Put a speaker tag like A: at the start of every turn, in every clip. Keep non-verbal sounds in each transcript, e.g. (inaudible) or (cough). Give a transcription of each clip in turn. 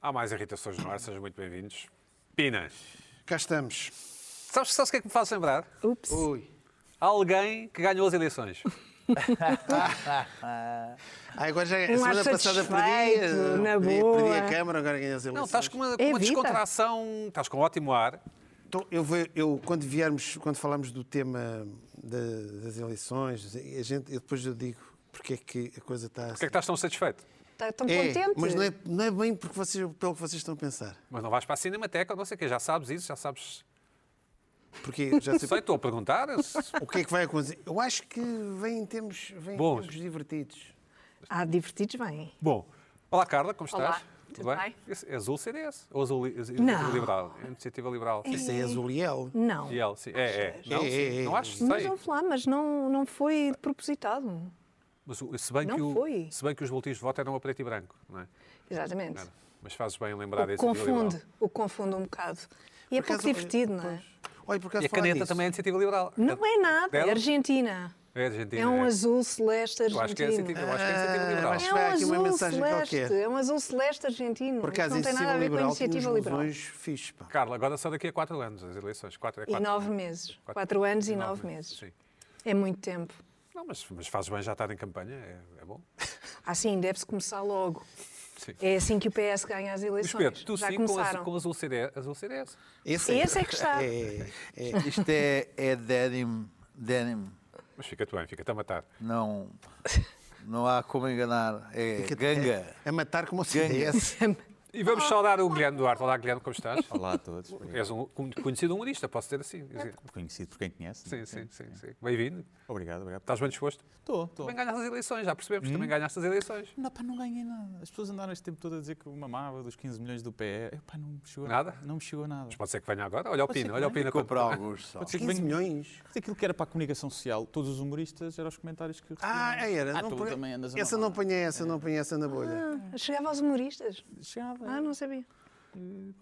A: Há mais irritações no ar, sejam muito bem-vindos. Pinas.
B: Cá estamos.
A: Sabes, sabes o que é que me faz lembrar?
C: Ups.
B: Ui.
A: Há alguém que ganhou as eleições.
B: Ah, agora já, a
C: Um
B: semana
C: ar
B: passada perdi,
C: satisfeito,
B: eh,
C: na
B: perdi,
C: boa.
B: perdi a câmara, agora ganhei as eleições.
A: Não, estás com uma, com
C: É
A: uma
C: vida.
A: descontração, estás com um ótimo ar.
B: Então, eu, vou- eu, quando viermos, quando falarmos do tema da- das eleições, a gente, eu depois eu digo porque é que a coisa está
A: Porquê é
B: assim.
A: que estás tão satisfeito?
C: Tá- Estão
B: É,
C: contentes?
B: mas não é, não é bem porque vocês, pelo que vocês estão a pensar.
A: Mas não vais para a Cinemateca ou não sei o quê, já sabes isso, já sabes.
B: Porque
A: (laughs)
B: já sei
A: Sei, estou a perguntar.
B: o que é que vai acontecer. Eu acho que vêm temos, vêm
A: Bons.
B: tempos divertidos.
C: Ah, divertidos bem.
A: Bom. Olá, Carla, como estás?
D: Olá, tudo bem?
A: Esse É azul CDS? Ou azul Iniciativa
C: Não.
A: Liberal? É Iniciativa Liberal.
B: Isso é azul e el.
C: Não.
A: E ela, sim. É, é. Não,
B: É, é,
A: sim.
B: é.
A: não acho,
C: Mas
A: sei.
C: vamos lá, mas não, não foi de propositado.
A: Mas o- se bem,
C: Não
A: que o,
C: foi.
A: se bem que os boletins de voto eram a preto e branco, não é?
C: Exatamente.
A: Era. Mas fazes bem em
C: O
A: lembrar
C: que
A: esse Iniciativa Liberal.
C: confunde, o que confunde um bocado. E é
B: Por acaso,
C: pouco divertido, não é?
B: pois. Olha, por acaso
A: E a
B: falar
A: caneta
B: nisso.
A: também é iniciativa liberal.
C: Não é nada, é
A: Dela?
C: Argentina.
A: É Argentina.
C: É um
A: é.
C: azul celeste
A: Eu acho que é iniciativa, eu
C: argentino.
A: acho que é iniciativa
B: Ah,
A: liberal.
B: acho
C: É
B: que
C: um
B: vai aqui uma
C: azul
B: mensagem
C: celeste,
B: qualquer.
C: é um azul celeste argentino.
B: Por acaso,
C: Isso não tem nada a ver com a
B: liberal,
C: iniciativa liberal.
B: Fixe, pá.
A: Carla, agora só daqui a quatro anos as eleições. Quatro, é
C: E
A: quatro,
C: nove
A: não é?
C: meses. Quatro anos e nove meses.
A: Sim.
C: É muito tempo.
A: Não, mas, mas fazes bem já estar em campanha, é, é bom.
C: Assim, deve-se começar logo.
A: Sim.
C: É assim que o PS ganha as
A: Mas Pedro,
C: eleições.
A: tu
C: Já
A: sim com,
C: começaram.
A: azul, com azul CDS. Azul CDS.
B: Esse,
C: Esse é que está.
B: É, é, é.
E: Isto é, é denim, denim.
A: Mas fica-te bem, fica-te a matar.
E: Não, não há como enganar. É
F: (laughs)
B: Fica-
E: ganga.
B: A matar como o
E: Ganga.
B: CDS.
C: (laughs) É
A: E vamos saudar o Guilherme Duarte. Olá, Guilherme, como estás?
F: Olá a todos. Obrigado.
A: És um conhecido humorista, posso dizer assim.
C: É.
A: dizer.
F: Conhecido por quem conhece. é?
A: Sim, sim, sim. sim. Bem-vindo.
F: Obrigado, obrigado. Tá,
A: Estás bem disposto?
F: Estou, estou.
A: Também ganhaste as eleições, já percebemos.
C: Hum?
A: Também ganhaste as eleições.
F: Não, pá, não ganhei nada. As pessoas andaram este tempo todo a dizer que eu mamava dos 15 milhões do PE. Eu, pá, não me chegou
A: Nada?
F: Não me chegou nada.
A: Mas pode ser que venha agora. Olha o
F: Pode ser
A: Pina,
F: que
A: olha o
F: venha.
A: Pina.
E: Ficou para alguns só.
F: Pode ser que
B: 15
F: venha-
B: milhões.
F: Mas aquilo que era para a comunicação social, todos os humoristas, eram os comentários que eu recebia.
B: Ah, era.
F: Ah,
B: não
F: tu
B: ponha-
F: também andas a
B: essa
F: mamar.
B: não apanhei essa, não apanhei essa na bolha.
C: Ah. Chegava aos humoristas.
F: Chegava.
C: Ah, não sabia.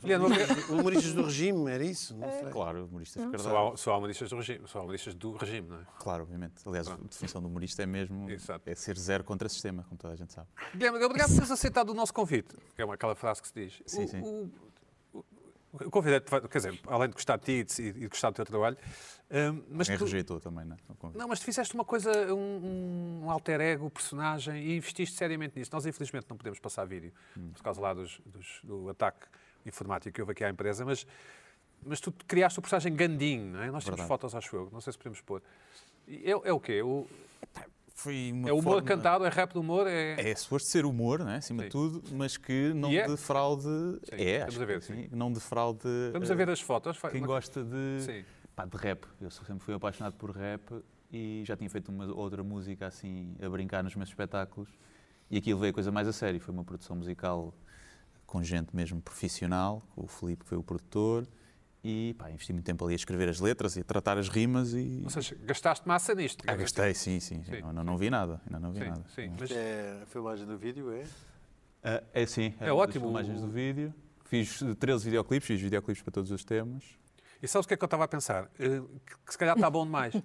A: Guilherme, uma-
B: Humoristas do regime, era isso?
C: É.
B: Não sei.
F: Claro, humoristas de
A: Só
F: cardápio.
A: há, só há humoristas do regime, só há humoristas do regime, não é?
F: Claro, obviamente. Aliás, a definição do humorista é mesmo
A: Exato.
F: é ser zero contra sistema, como toda a gente sabe.
A: Guilherme, obrigado por teres aceitado o nosso convite. É uma, aquela frase que se diz.
F: Sim,
A: O-
F: sim.
A: O, o, o convite é, de facto- quer dizer, além de gostar de ti e de- e de gostar do teu trabalho, hum, mas
F: Alguém
A: tu,
F: rejeitou também, não é? O convite.
A: não, mas tu fizeste uma coisa, um, um alter ego, personagem, e investiste seriamente nisso. Nós, infelizmente, não podemos passar vídeo,
F: Hum.
A: por causa lá dos- dos- do ataque informático que houve aqui à empresa, mas, mas tu criaste o personagem Gandim, não é? Nós temos
F: Verdade.
A: fotos, acho eu, não sei se podemos pôr. E É, é o quê? O,
F: Foi uma
A: É humor
F: forma-
A: cantado, é rap do humor, é...
F: É suposto ser humor, não é? acima
A: Sim.
F: de tudo, mas que não
A: E é?
F: defraude. é,
A: estamos
F: acho
A: a ver,
F: que sim. Não defraude.
A: Vamos a
F: eh,
A: ver as fotos. Fa-
F: Quem
A: uma-
F: gosta de,
A: Sim.
F: pá, de rap. Eu sou- sempre fui apaixonado por rap e já tinha feito uma outra música assim, a brincar nos meus espetáculos. E aquilo veio a coisa mais a sério. Foi uma produção musical com gente mesmo profissional, com o Filipe que foi o produtor. E pá, investi muito tempo ali a escrever as letras e a tratar as rimas e.
A: Ou seja, gastaste massa nisto.
F: Ah,
A: digamos
F: gastei, sim, sim.
A: é Sim,
F: Não, não, não vi nada. Ainda não vi
A: assim.
F: nada.
A: Sim, sim. Mas
E: Isto é a filmagem do vídeo, é?
F: Ah, é sim,
A: É
F: uma das
A: ótimo.
F: filmagens do vídeo. Fiz 13 videoclipes, fiz videoclipes para todos os temas.
A: E sabes o que é que eu estava a pensar? Eh, Que que se calhar está bom demais. (laughs)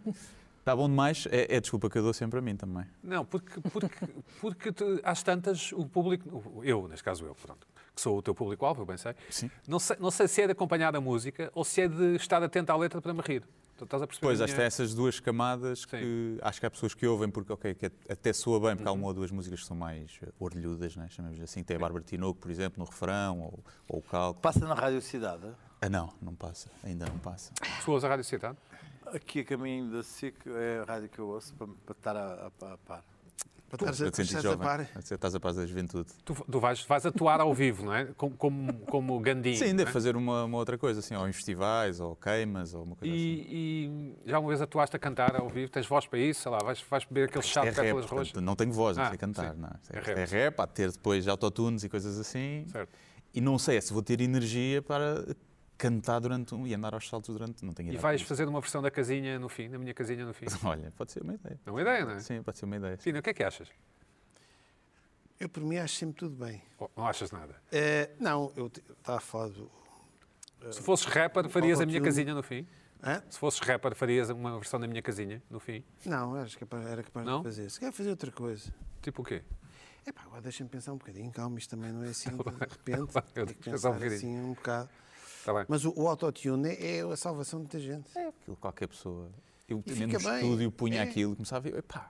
F: Está bom demais, é, é desculpa que eu dou sempre a mim também.
A: Não, porque, porque, porque tu- às tantas o público, o- eu, neste caso eu, pronto, que sou o teu público-alvo, eu bem sei,
F: Sim.
A: não sei, não sei se é de acompanhar a música ou se é de estar atento à letra para me rir. Tu estás a perceber?
F: Pois,
A: a
F: acho que
A: minha-
F: tem essas duas camadas que acho que há pessoas que ouvem porque, ok, que até soa bem, porque há uma ou duas músicas que são mais eh, orelhudas, né? chamemos assim. Tem a Bárbara Tinoco, por exemplo, no refrão, ou, ou o Calco.
E: Passa na Rádio Cidade.
F: Ah, não, não passa, ainda não passa.
A: Tu ouves a Rádio Cidade?
E: Aqui a caminho da SIC é a rádio que eu ouço para, para estar a, a- a par.
B: Para estares a-
F: Para te sentir
B: estares é a
F: jovem,
B: par.
F: para te- estás a paz da juventude.
A: Tu, tu vais, vais atuar ao vivo, não é? Como, como,
F: (laughs)
A: como Gandhi.
F: Sim,
A: não
F: ainda
A: é?
F: fazer uma, uma outra coisa, assim, ou em festivais, ou queimas, ou uma coisa assim.
A: E, e já uma vez atuaste a cantar ao vivo, tens voz para isso, sei lá, vais, vais beber aquele chá de
F: é rap,
A: pétalas roxas.
F: portanto, não tenho voz, não
A: Ah,
F: sei cantar.
A: sim.
F: Não. Isto
A: É
F: É, é
A: rap.
F: rap. há de ter depois autotunes e coisas assim.
A: Certo.
F: E não sei é se vou ter energia para cantar durante um e andar aos saltos durante. Não tenho
A: E
F: idade
A: vais
F: para
A: fazer uma versão da casinha no fim, da minha casinha no fim.
F: isso. (laughs) Olha, pode ser uma ideia.
A: É uma ideia, não é?
F: Sim, pode ser uma ideia.
A: Sim, o que é que achas?
B: Eu, por mim, acho sempre tudo bem.
A: Oh, não achas nada.
B: Eh, não, eu te- estava a falar do.
A: Se fosses rapper, farias a minha
B: autotune.
A: casinha no fim?
B: Hã?
A: Se fosses rapper, farias uma versão da minha casinha no fim?
B: Não, acho que era capaz
A: Não?
B: de fazer. Se calhar fazer outra coisa.
A: Tipo o quê?
B: Epá, agora deixa-me pensar um bocadinho, calma, isto também não é assim de repente.
A: Tá bem, eu
B: Tem que
A: deixo pensar
B: pensar
A: um bocadinho.
B: assim um bocado.
A: Está Tá bem.
B: Mas o, o autotune é, é a salvação de muita gente.
F: É, aquilo qualquer pessoa. Eu
B: E
F: tinha no
B: fica bem.
F: estúdio, punha
B: É.
F: aquilo e começava a ver, epá,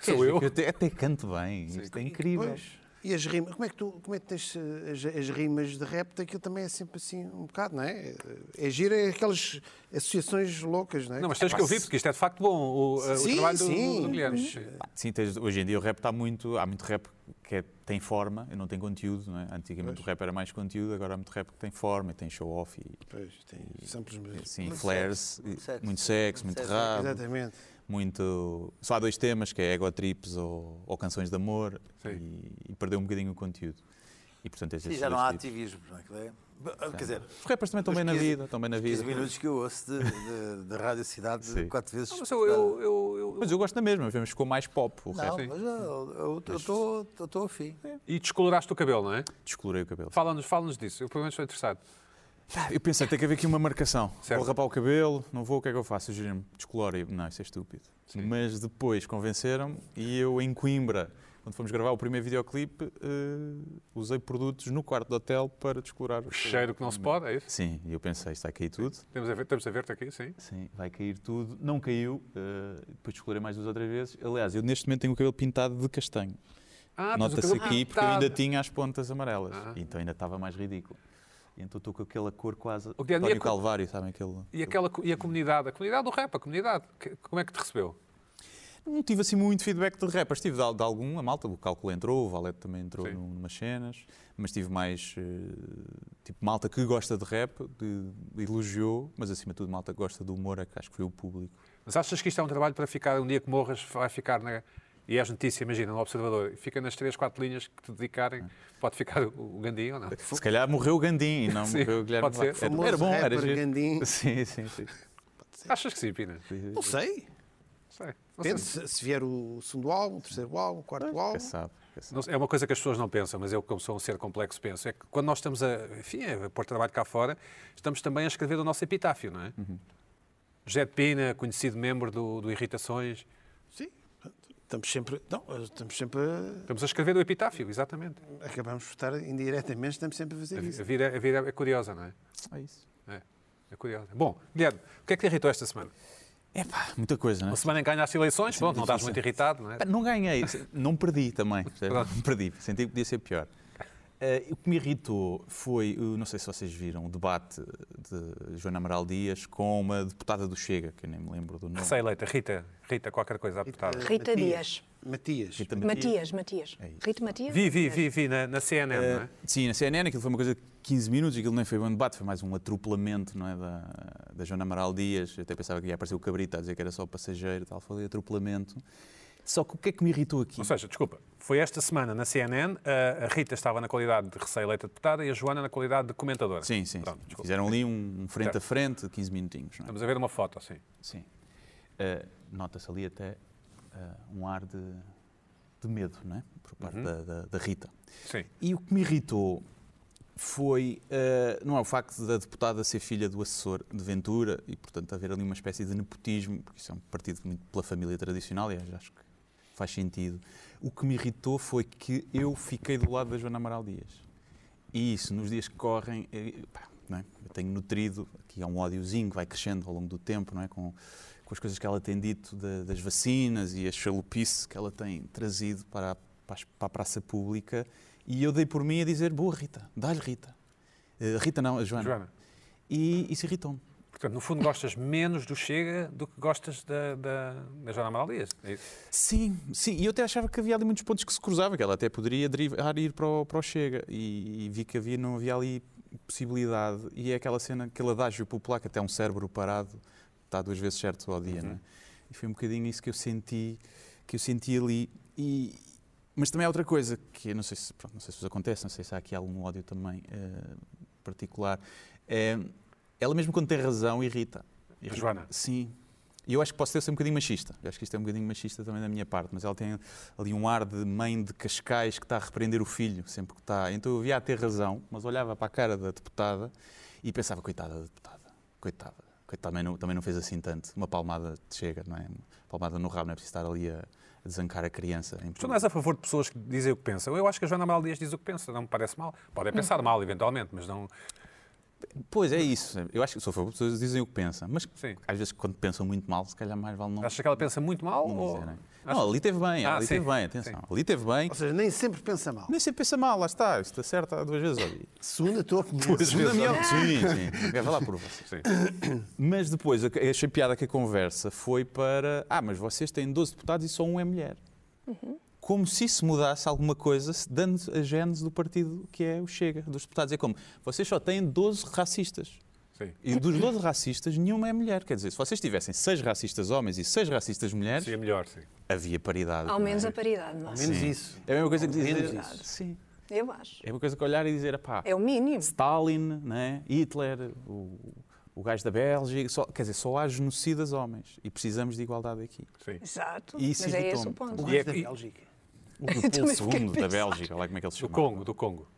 A: Sou eu.
F: eu até, até canto bem, isto é incrível.
B: E as rimas, como é que tu como é que tens eh, as, as rimas de rap daquilo também é sempre assim um bocado, não é? É giro, é aquelas associações loucas, não é?
A: Não, mas tens que ouvir, porque isto é de facto bom, o, uh, o
B: Sim,
A: trabalho do-
B: sim.
A: do, do Guilherme.
B: Mas,
A: Sim.
F: Sim, tens- hoje em dia o rap está muito. Há muito rap que é- tem forma e não tem conteúdo, não é? Antigamente o rap era mais conteúdo, agora há muito rap que tem forma e tem show-off e.
B: Pois, tem samples mesmo.
F: Assim,
E: Muito
F: flares,
E: sexo,
F: e-
E: muito sexo.
F: muito sexo,
E: Muito
F: muito
E: sexo.
F: rabo,
B: Exatamente.
F: muito. Só há dois temas, que é Ego Trips ou, ou Canções de Amor,
A: Sim.
F: e, e perdeu um bocadinho o conteúdo. E portanto, tens
E: Sim,
F: esses
E: já não
F: dois
E: há
F: tipos.
E: ativismo, não é? Aquilo é- Ah, Quer dizer,
F: tipo. Os rappers também estão
E: Os
F: bem na
E: 15
F: vida, estão bem na
E: 15
F: vida.
E: minutos que eu ouço de, de, de Rádio Cidade
F: Sim.
E: quatro vezes.
A: Não, Ah, mas eu, eu, eu, eu-
F: Mas eu gosto da mesma, vemos que ficou mais pop o
E: Não,
F: rap.
A: Sim.
E: mas eh, eu- eu estou afim.
A: E descoloraste o cabelo, não é?
F: Descolorei o cabelo.
A: Fala-nos fala disso, eu pelo menos estou interessado.
F: Ah, Eu pensei, tem que haver aqui uma marcação.
A: Certo.
F: Vou rapar o cabelo, não vou, o que é que eu faço? Sugerir-me, descoloro. E eu, Não, isso é estúpido. Mas depois convenceram-me e eu, em Coimbra, quando fomos gravar o primeiro videoclipe, eh, usei produtos no quarto do hotel para descolorar. o
A: O cheiro que não se pode, é isso?
F: Sim, e eu pensei, isto vai cair tudo.
A: Temos a ver- Estamos a ver-te aqui, sim.
F: Sim, vai cair tudo. Não caiu, eh, depois descolorei mais duas ou três vezes. Aliás, eu neste momento tenho o cabelo pintado de castanho.
A: Ah, tens o
F: Nota-se
A: cabelo
F: aqui porque eu
A: pintado.
F: ainda tinha as pontas amarelas.
A: Ah.
F: Então ainda estava mais ridículo. E Então estou com aquela cor quase.
A: O que é- e a
F: António
A: cor-
F: Calvário, sabem? Aquele...
A: E, é aquela, co- e a comunidade, a comunidade do rap, a comunidade, que- como é que te recebeu?
F: Não tive assim muito feedback de rappers. Tive de, al- de algum, a malta, o cálculo entrou, o Valete também entrou
A: Sim.
F: num- numas cenas, mas tive mais eh, tipo malta que gosta de rap, de, elogiou, mas acima de tudo malta que gosta do humor, é que acho que foi o público.
A: Mas achas que isto é um trabalho para ficar, um dia que morras, vai ficar na. E és notícia, imagina, no Observador, e fica nas três, quatro linhas que te dedicarem,
F: Ah.
A: pode ficar o o Gandim ou não?
F: Se calhar morreu o Gandim e não
A: Sim,
F: morreu o Guilherme.
A: pode ser.
F: Duarte. Era, era bom, era
B: Famoso rapper
F: giro.
B: Gandim.
F: (laughs) Sim, sim, sim. é.
A: Achas que sim, Pina? Não
B: Não sei.
A: sei. Não sei.
B: Depende se, se vier o segundo álbum, o terceiro álbum, o quarto álbum.
F: Quem sabe, quem sabe.
A: Não sei, é uma coisa que as pessoas não pensam, mas eu, como sou um ser complexo, penso. É que quando nós estamos a, enfim, a pôr trabalho cá fora, estamos também a escrever o nosso epitáfio, não é?
F: Uhum.
A: José de Pina, conhecido membro do, do Irritações,
B: Sim. Estamos sempre. Não, estamos sempre. a-
A: estamos a escrever o epitáfio, exatamente.
B: Acabamos por estar indiretamente, estamos sempre a
A: A,
B: fazer
A: vi-
B: isso.
A: a vida, a vida é curiosa, não é?
F: É isso.
A: É, é curiosa. Bom, Guilherme, o que é que te irritou esta semana?
F: Epá, muita coisa, não é?
A: Uma semana em que ganhaste eleições, pronto, não estás muito irritado, não é?
F: Pá, Não ganhei, não perdi também. percebe?
A: Pronto.
F: Não perdi, senti que podia ser pior. Eh, o que me irritou foi, eu não sei se vocês viram, o debate de Joana Amaral Dias com uma deputada do Chega, que eu nem me lembro do nome.
A: Recém-eleita, Rita, Rita, qualquer coisa apertada.
C: Rita Dias.
B: Eh, Matias.
F: Rita
C: Matias, Matias.
F: É
C: Rita Matias?
A: Vi, vi, vi, vi na, na CNN,
F: Eh,
A: não é?
F: Sim, na CNN aquilo foi uma coisa de 15 minutos, aquilo nem foi bom debate, foi mais um atropelamento não é, da, da Joana Amaral Dias. Eu até pensava que ia aparecer o Cabrita a dizer que era só passageiro e tal, foi atropelamento. Só que o que é que me irritou aqui?
A: Ou seja, desculpa, foi esta semana na CNN, eh, a a Rita estava na qualidade de recém-eleita deputada e a Joana na qualidade de comentadora.
F: Sim, sim.
A: Pronto,
F: sim.
A: desculpa.
F: Fizeram ali um, um frente a frente, 15 minutinhos. Não é?
A: Estamos a ver uma foto, assim.
F: Sim. Eh, Nota-se ali até eh, um ar de, de medo, não é? Por parte da, da- da Rita.
A: Sim.
F: E o que me irritou foi, eh, não é o facto da deputada ser filha do assessor de Ventura e, portanto, haver ali uma espécie de nepotismo, porque isso é um partido muito pela família tradicional e acho que faz sentido. O que me irritou foi que eu fiquei do lado da Joana Amaral Dias. E isso, nos dias que correm, eh, pá, não é? eu tenho nutrido, aqui há um ódiozinho que vai crescendo ao longo do tempo, não é? com, com as coisas que ela tem dito da- das vacinas e a chalupice que ela tem trazido para a, para as- para a praça pública. E eu dei por mim a dizer, boa Rita, dá-lhe Rita. Eh, Rita não, a Joana.
A: Joana,
F: E isso irritou-me.
A: portanto, no fundo gostas menos do Chega do que gostas da, da, da Joana Amaral Dias. É isso.
F: Sim, sim, e eu até achava que havia ali muitos pontos que se cruzavam, que ela até poderia derivar e ir para o, para o Chega. E, e vi que havia, não havia ali possibilidade. E é aquela cena, aquele adágio popular que até um cérebro parado está duas vezes certo ao dia, não é? E foi um bocadinho isso que eu senti, que eu senti ali. E, mas também há outra coisa que eu não sei se, pronto, não sei se vos acontece, não sei se há aqui algum ódio também eh, particular. Eh, ela mesmo quando tem razão irrita. irrita.
A: Joana.
F: Sim. E eu acho que posso ter ser um bocadinho machista. Eu acho que isto é um bocadinho machista também da minha parte, mas ela tem ali um ar de mãe de Cascais que está a repreender o filho, sempre que está. Então eu via a ter razão, mas olhava para a cara da deputada e pensava, coitada da deputada, coitada, coitada também, não, também não fez assim tanto. Uma palmada te chega, não é? Uma palmada no rabo, não é preciso estar ali a, a desancar a criança. em
A: Tu
F: público.
A: não és a favor de pessoas que dizem o que pensam. Eu acho que a Joana Amaral Dias diz o que pensa, não me parece mal.
F: Hum.
A: Podem pensar mal, eventualmente, mas não.
F: Pois é isso. Eu acho que sou a favor, pessoas dizem o que pensam, mas
A: Sim.
F: às vezes quando pensam muito mal, se calhar mais vale não,
A: Achas que ela pensa muito mal?
F: não é?
A: ou...
F: dizerem.
A: Achas-
F: Não, ali teve bem,
A: Ah,
F: ali
A: sim,
F: teve bem,
A: sim.
F: atenção. Ali teve bem.
B: Ou seja, nem sempre pensa mal.
F: Nem sempre pensa mal, lá está, isto acerta duas vezes. Olha.
B: Segundo a tua opinião.
F: Segunda melhor. Sim, sim. (laughs) Não quero falar por vocês.
A: Sim.
F: Mas depois, eu achei piada que a conversa foi para. Ah, mas vocês têm 12 deputados e só um é mulher. Como se isso mudasse alguma coisa, se dando a gênese do partido que é o Chega, dos deputados. É como, vocês só têm 12 racistas.
A: Sim.
F: E dos 12 racistas, nenhuma é mulher. Quer dizer, se vocês tivessem 6 racistas homens e 6 racistas mulheres,
A: Seria melhor, sim.
F: havia paridade.
C: Ao
F: não é?
C: menos a paridade, não é?
B: Ao menos isso.
F: É a mesma coisa que dizer.
B: menos isso.
F: Sim.
C: Eu acho.
F: É a mesma coisa que olhar e dizer, pá,
C: É o mínimo.
F: Stalin, né? Hitler, o, o gajo da Bélgica, só- quer dizer, só há genocidas homens e precisamos de igualdade aqui.
A: sim.
C: Exato.
F: E isso
C: Mas é esse
F: irritou-me.
C: o ponto.
B: O
F: E é-
B: gajo da
F: e-
B: Bélgica.
A: (laughs)
F: O
C: Também fiquei
F: Leopoldo
C: a
F: II da
C: pensar.
F: Bélgica, lá como é que ele se
A: Do
F: chama?
A: Congo, do Congo.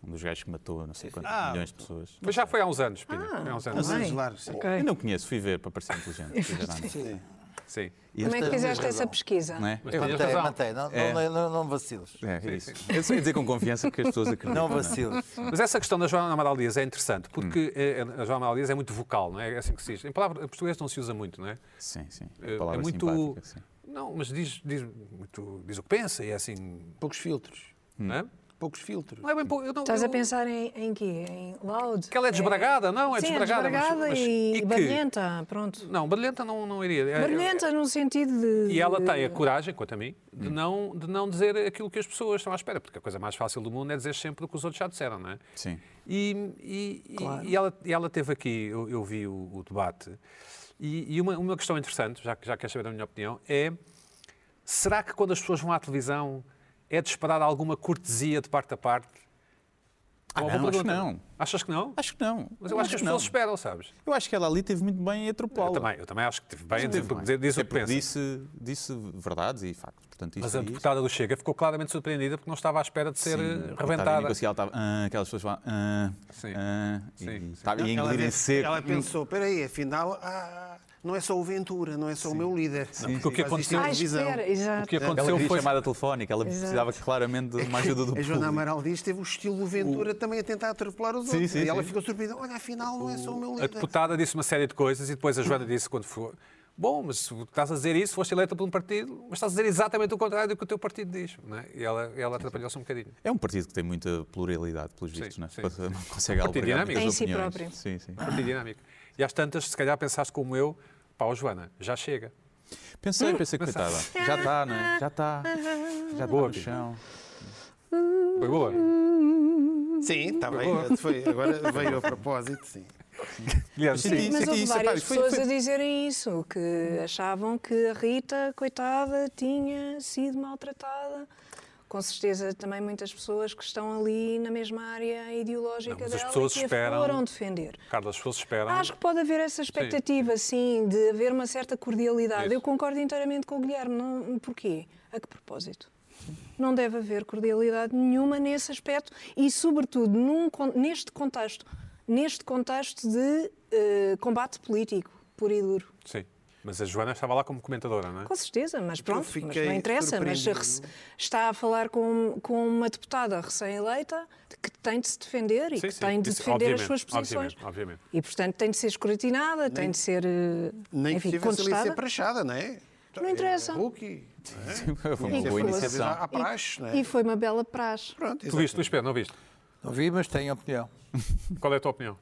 F: Um dos gajos que matou não sei quantos
A: Ah,
F: milhões de pessoas.
A: Mas já foi há uns anos, Pina.
F: Ah,
A: Foi há uns anos.
F: tá
B: Os anjos largos, sim.
F: Eu não conheço, fui ver para parecer inteligente. não fiz nada.
A: Sim.
F: E
C: Como é que
F: esta-
C: fizeste essa pesquisa?
F: Não é?
A: Mas tá.
F: Eu-
A: tinhas
E: Mantém,
A: razão.
E: mantém, não,
F: É.
E: não, não, não vaciles.
F: é, é isso. Eu sei dizer com confiança que as pessoas acreditam.
E: Não
F: é?
E: vaciles.
A: Mas essa questão da Joana Amaral Dias é interessante,
F: Hum.
A: porque eh, a Joana Amaral Dias é muito vocal, não é? É assim que se diz. Em palavra em português não se usa muito, não é?
F: Sim, sim.
A: Eh,
F: Palavra
A: é muito.
F: simpática, sim.
A: Não, mas diz, diz, muito, diz o que pensa e é
F: Hum.
A: assim.
B: Poucos filtros.
A: Não é?
B: Poucos filtros.
A: Não é bem pou- eu não-
C: Estás a
A: eu-
C: pensar em, em quê? Em loud?
A: Que ela é desbragada, não, é
C: Sim,
A: desbragada,
C: é
A: mas-
C: desbragada
A: mas-
C: e,
A: e que-
C: barulhenta, pronto.
A: Não, barulhenta não, não iria. É-
C: Barulhenta no sentido de...
A: E ela tem a coragem, quanto a mim, de não, de não dizer aquilo que as pessoas estão à espera, porque a coisa mais fácil do mundo é dizer sempre o que os outros já disseram, não é?
F: Sim.
A: E, e- e-
C: Claro.
A: e ela, e ela teve aqui, eu, eu vi o, o debate, e, e uma, uma questão interessante, já, que- já queres saber a minha opinião, é será que quando as pessoas vão à televisão é de esperar alguma cortesia de parte a parte?
F: Ah,
A: Uma boa pergunta.
F: não, acho que não.
A: Achas que não?
F: Acho que não.
A: Mas eu acho que as pessoas
F: não.
A: esperam, sabes?
F: Eu acho que ela ali teve muito bem e
A: Eu
F: atropelou.
A: também, eu também acho que teve bem,
F: Teve
A: diz-
F: bem.
A: diz- diz o
F: Até
A: que
F: porque
A: pensa.
F: Disse, disse verdades e factos. Portanto, isso
A: Mas a
F: é isso.
A: deputada do Chega ficou claramente surpreendida porque não estava à espera de ser eh,
F: Sim,
A: rebentada.
F: Estava, ela estava, ah, aquelas pessoas falam, ah,
A: Sim.
F: ah, e-
A: Sim,
F: e
A: sim.
F: estava- e a engolir em
B: deve-
F: seco.
B: ela pensou, peraí, afinal, ah, não é só o Ventura, não é só o meu líder. Não,
A: porque o que
B: faz isto
A: aconteceu-
B: em
C: Ah,
B: televisão.
C: espera,
A: O
C: exato.
A: que
F: Ela
A: aconteceu
F: queria
A: foi.
F: chamada telefónica, ela
C: Exato.
F: precisava
B: (laughs)
F: claramente de uma ajuda do
B: A
F: público.
B: É Joana Amaral Dias teve o estilo do Ventura também a tentar atropelar os
F: Sim,
B: outros.
F: sim,
B: e ela
F: sim.
B: ficou surpreendida. Olha, afinal não é só o meu
A: A
B: líder.
A: deputada disse uma série de coisas e depois a Joana disse quando for. Bom, mas se estás a dizer isso, foste eleita por um partido, mas estás a dizer exatamente o contrário do que o teu partido diz. Não é? E ela, ela atrapalhou-se um bocadinho.
F: É um partido que tem muita pluralidade, pelos vistos, não, é?
A: sim.
F: não (laughs) consegue
A: Um partido
F: albergar
A: dinâmico.
F: muitas
C: Em si
F: opiniões.
C: próprio.
F: Sim, sim.
A: Partido dinâmico. E às tantas, se calhar pensaste como eu, pá, ó Joana, já chega.
F: Pensei, pensei,
A: mas-
F: coitada, já está, não é? Já está, já está no chão.
A: Foi boa.
B: Sim, está bem. (laughs) Foi, agora veio a propósito, sim.
A: Guilherme,
F: Sim,
A: sim.
F: isso
C: Mas
F: aqui,
C: houve
F: isso, pá,
C: várias
F: foi-
C: pessoas
F: foi-
C: a dizerem isso, que achavam que a Rita, coitada, tinha sido maltratada. Com certeza também muitas pessoas que estão ali na mesma área ideológica
A: Não, mas as
C: dela
A: pessoas
C: e que a
A: esperam-
C: foram defender.
A: Carlos, as pessoas esperam.
C: Acho que pode haver essa expectativa, sim, de haver uma certa cordialidade.
A: Isso.
C: Eu concordo inteiramente com o Guilherme. Não, porquê? A que propósito? Não deve haver cordialidade nenhuma nesse aspecto e, sobretudo, num con- neste contexto, neste contexto de eh, combate político, puro e duro.
A: Sim. Mas a Joana estava lá como comentadora, não é?
C: Com certeza, mas pronto, mas
B: fiquei
C: não interessa. Mas
B: surpreendido.
C: rece- está a falar com, com uma deputada recém-eleita de que tem de se defender e
A: Sim,
C: que
A: sim.
C: tem de
A: Isso,
C: defender as
A: obviamente,
C: suas posições.
A: Obviamente, obviamente.
C: E, portanto, tem de ser escrutinada, tem de ser, eh,
B: Nem que
C: enfim,
B: tivesse ali a
C: contestada.
B: ser prachada, não é?
C: Não interessa.
B: É Rookie.
F: (laughs) Foi uma boa
C: E-
F: iniciação.
B: À praxe, não é?
C: E foi uma bela praxe.
B: Pronto,
A: Tu viste, Luís Pedro, não viste?
E: Não vi, mas tenho opinião.
A: Qual é a tua opinião?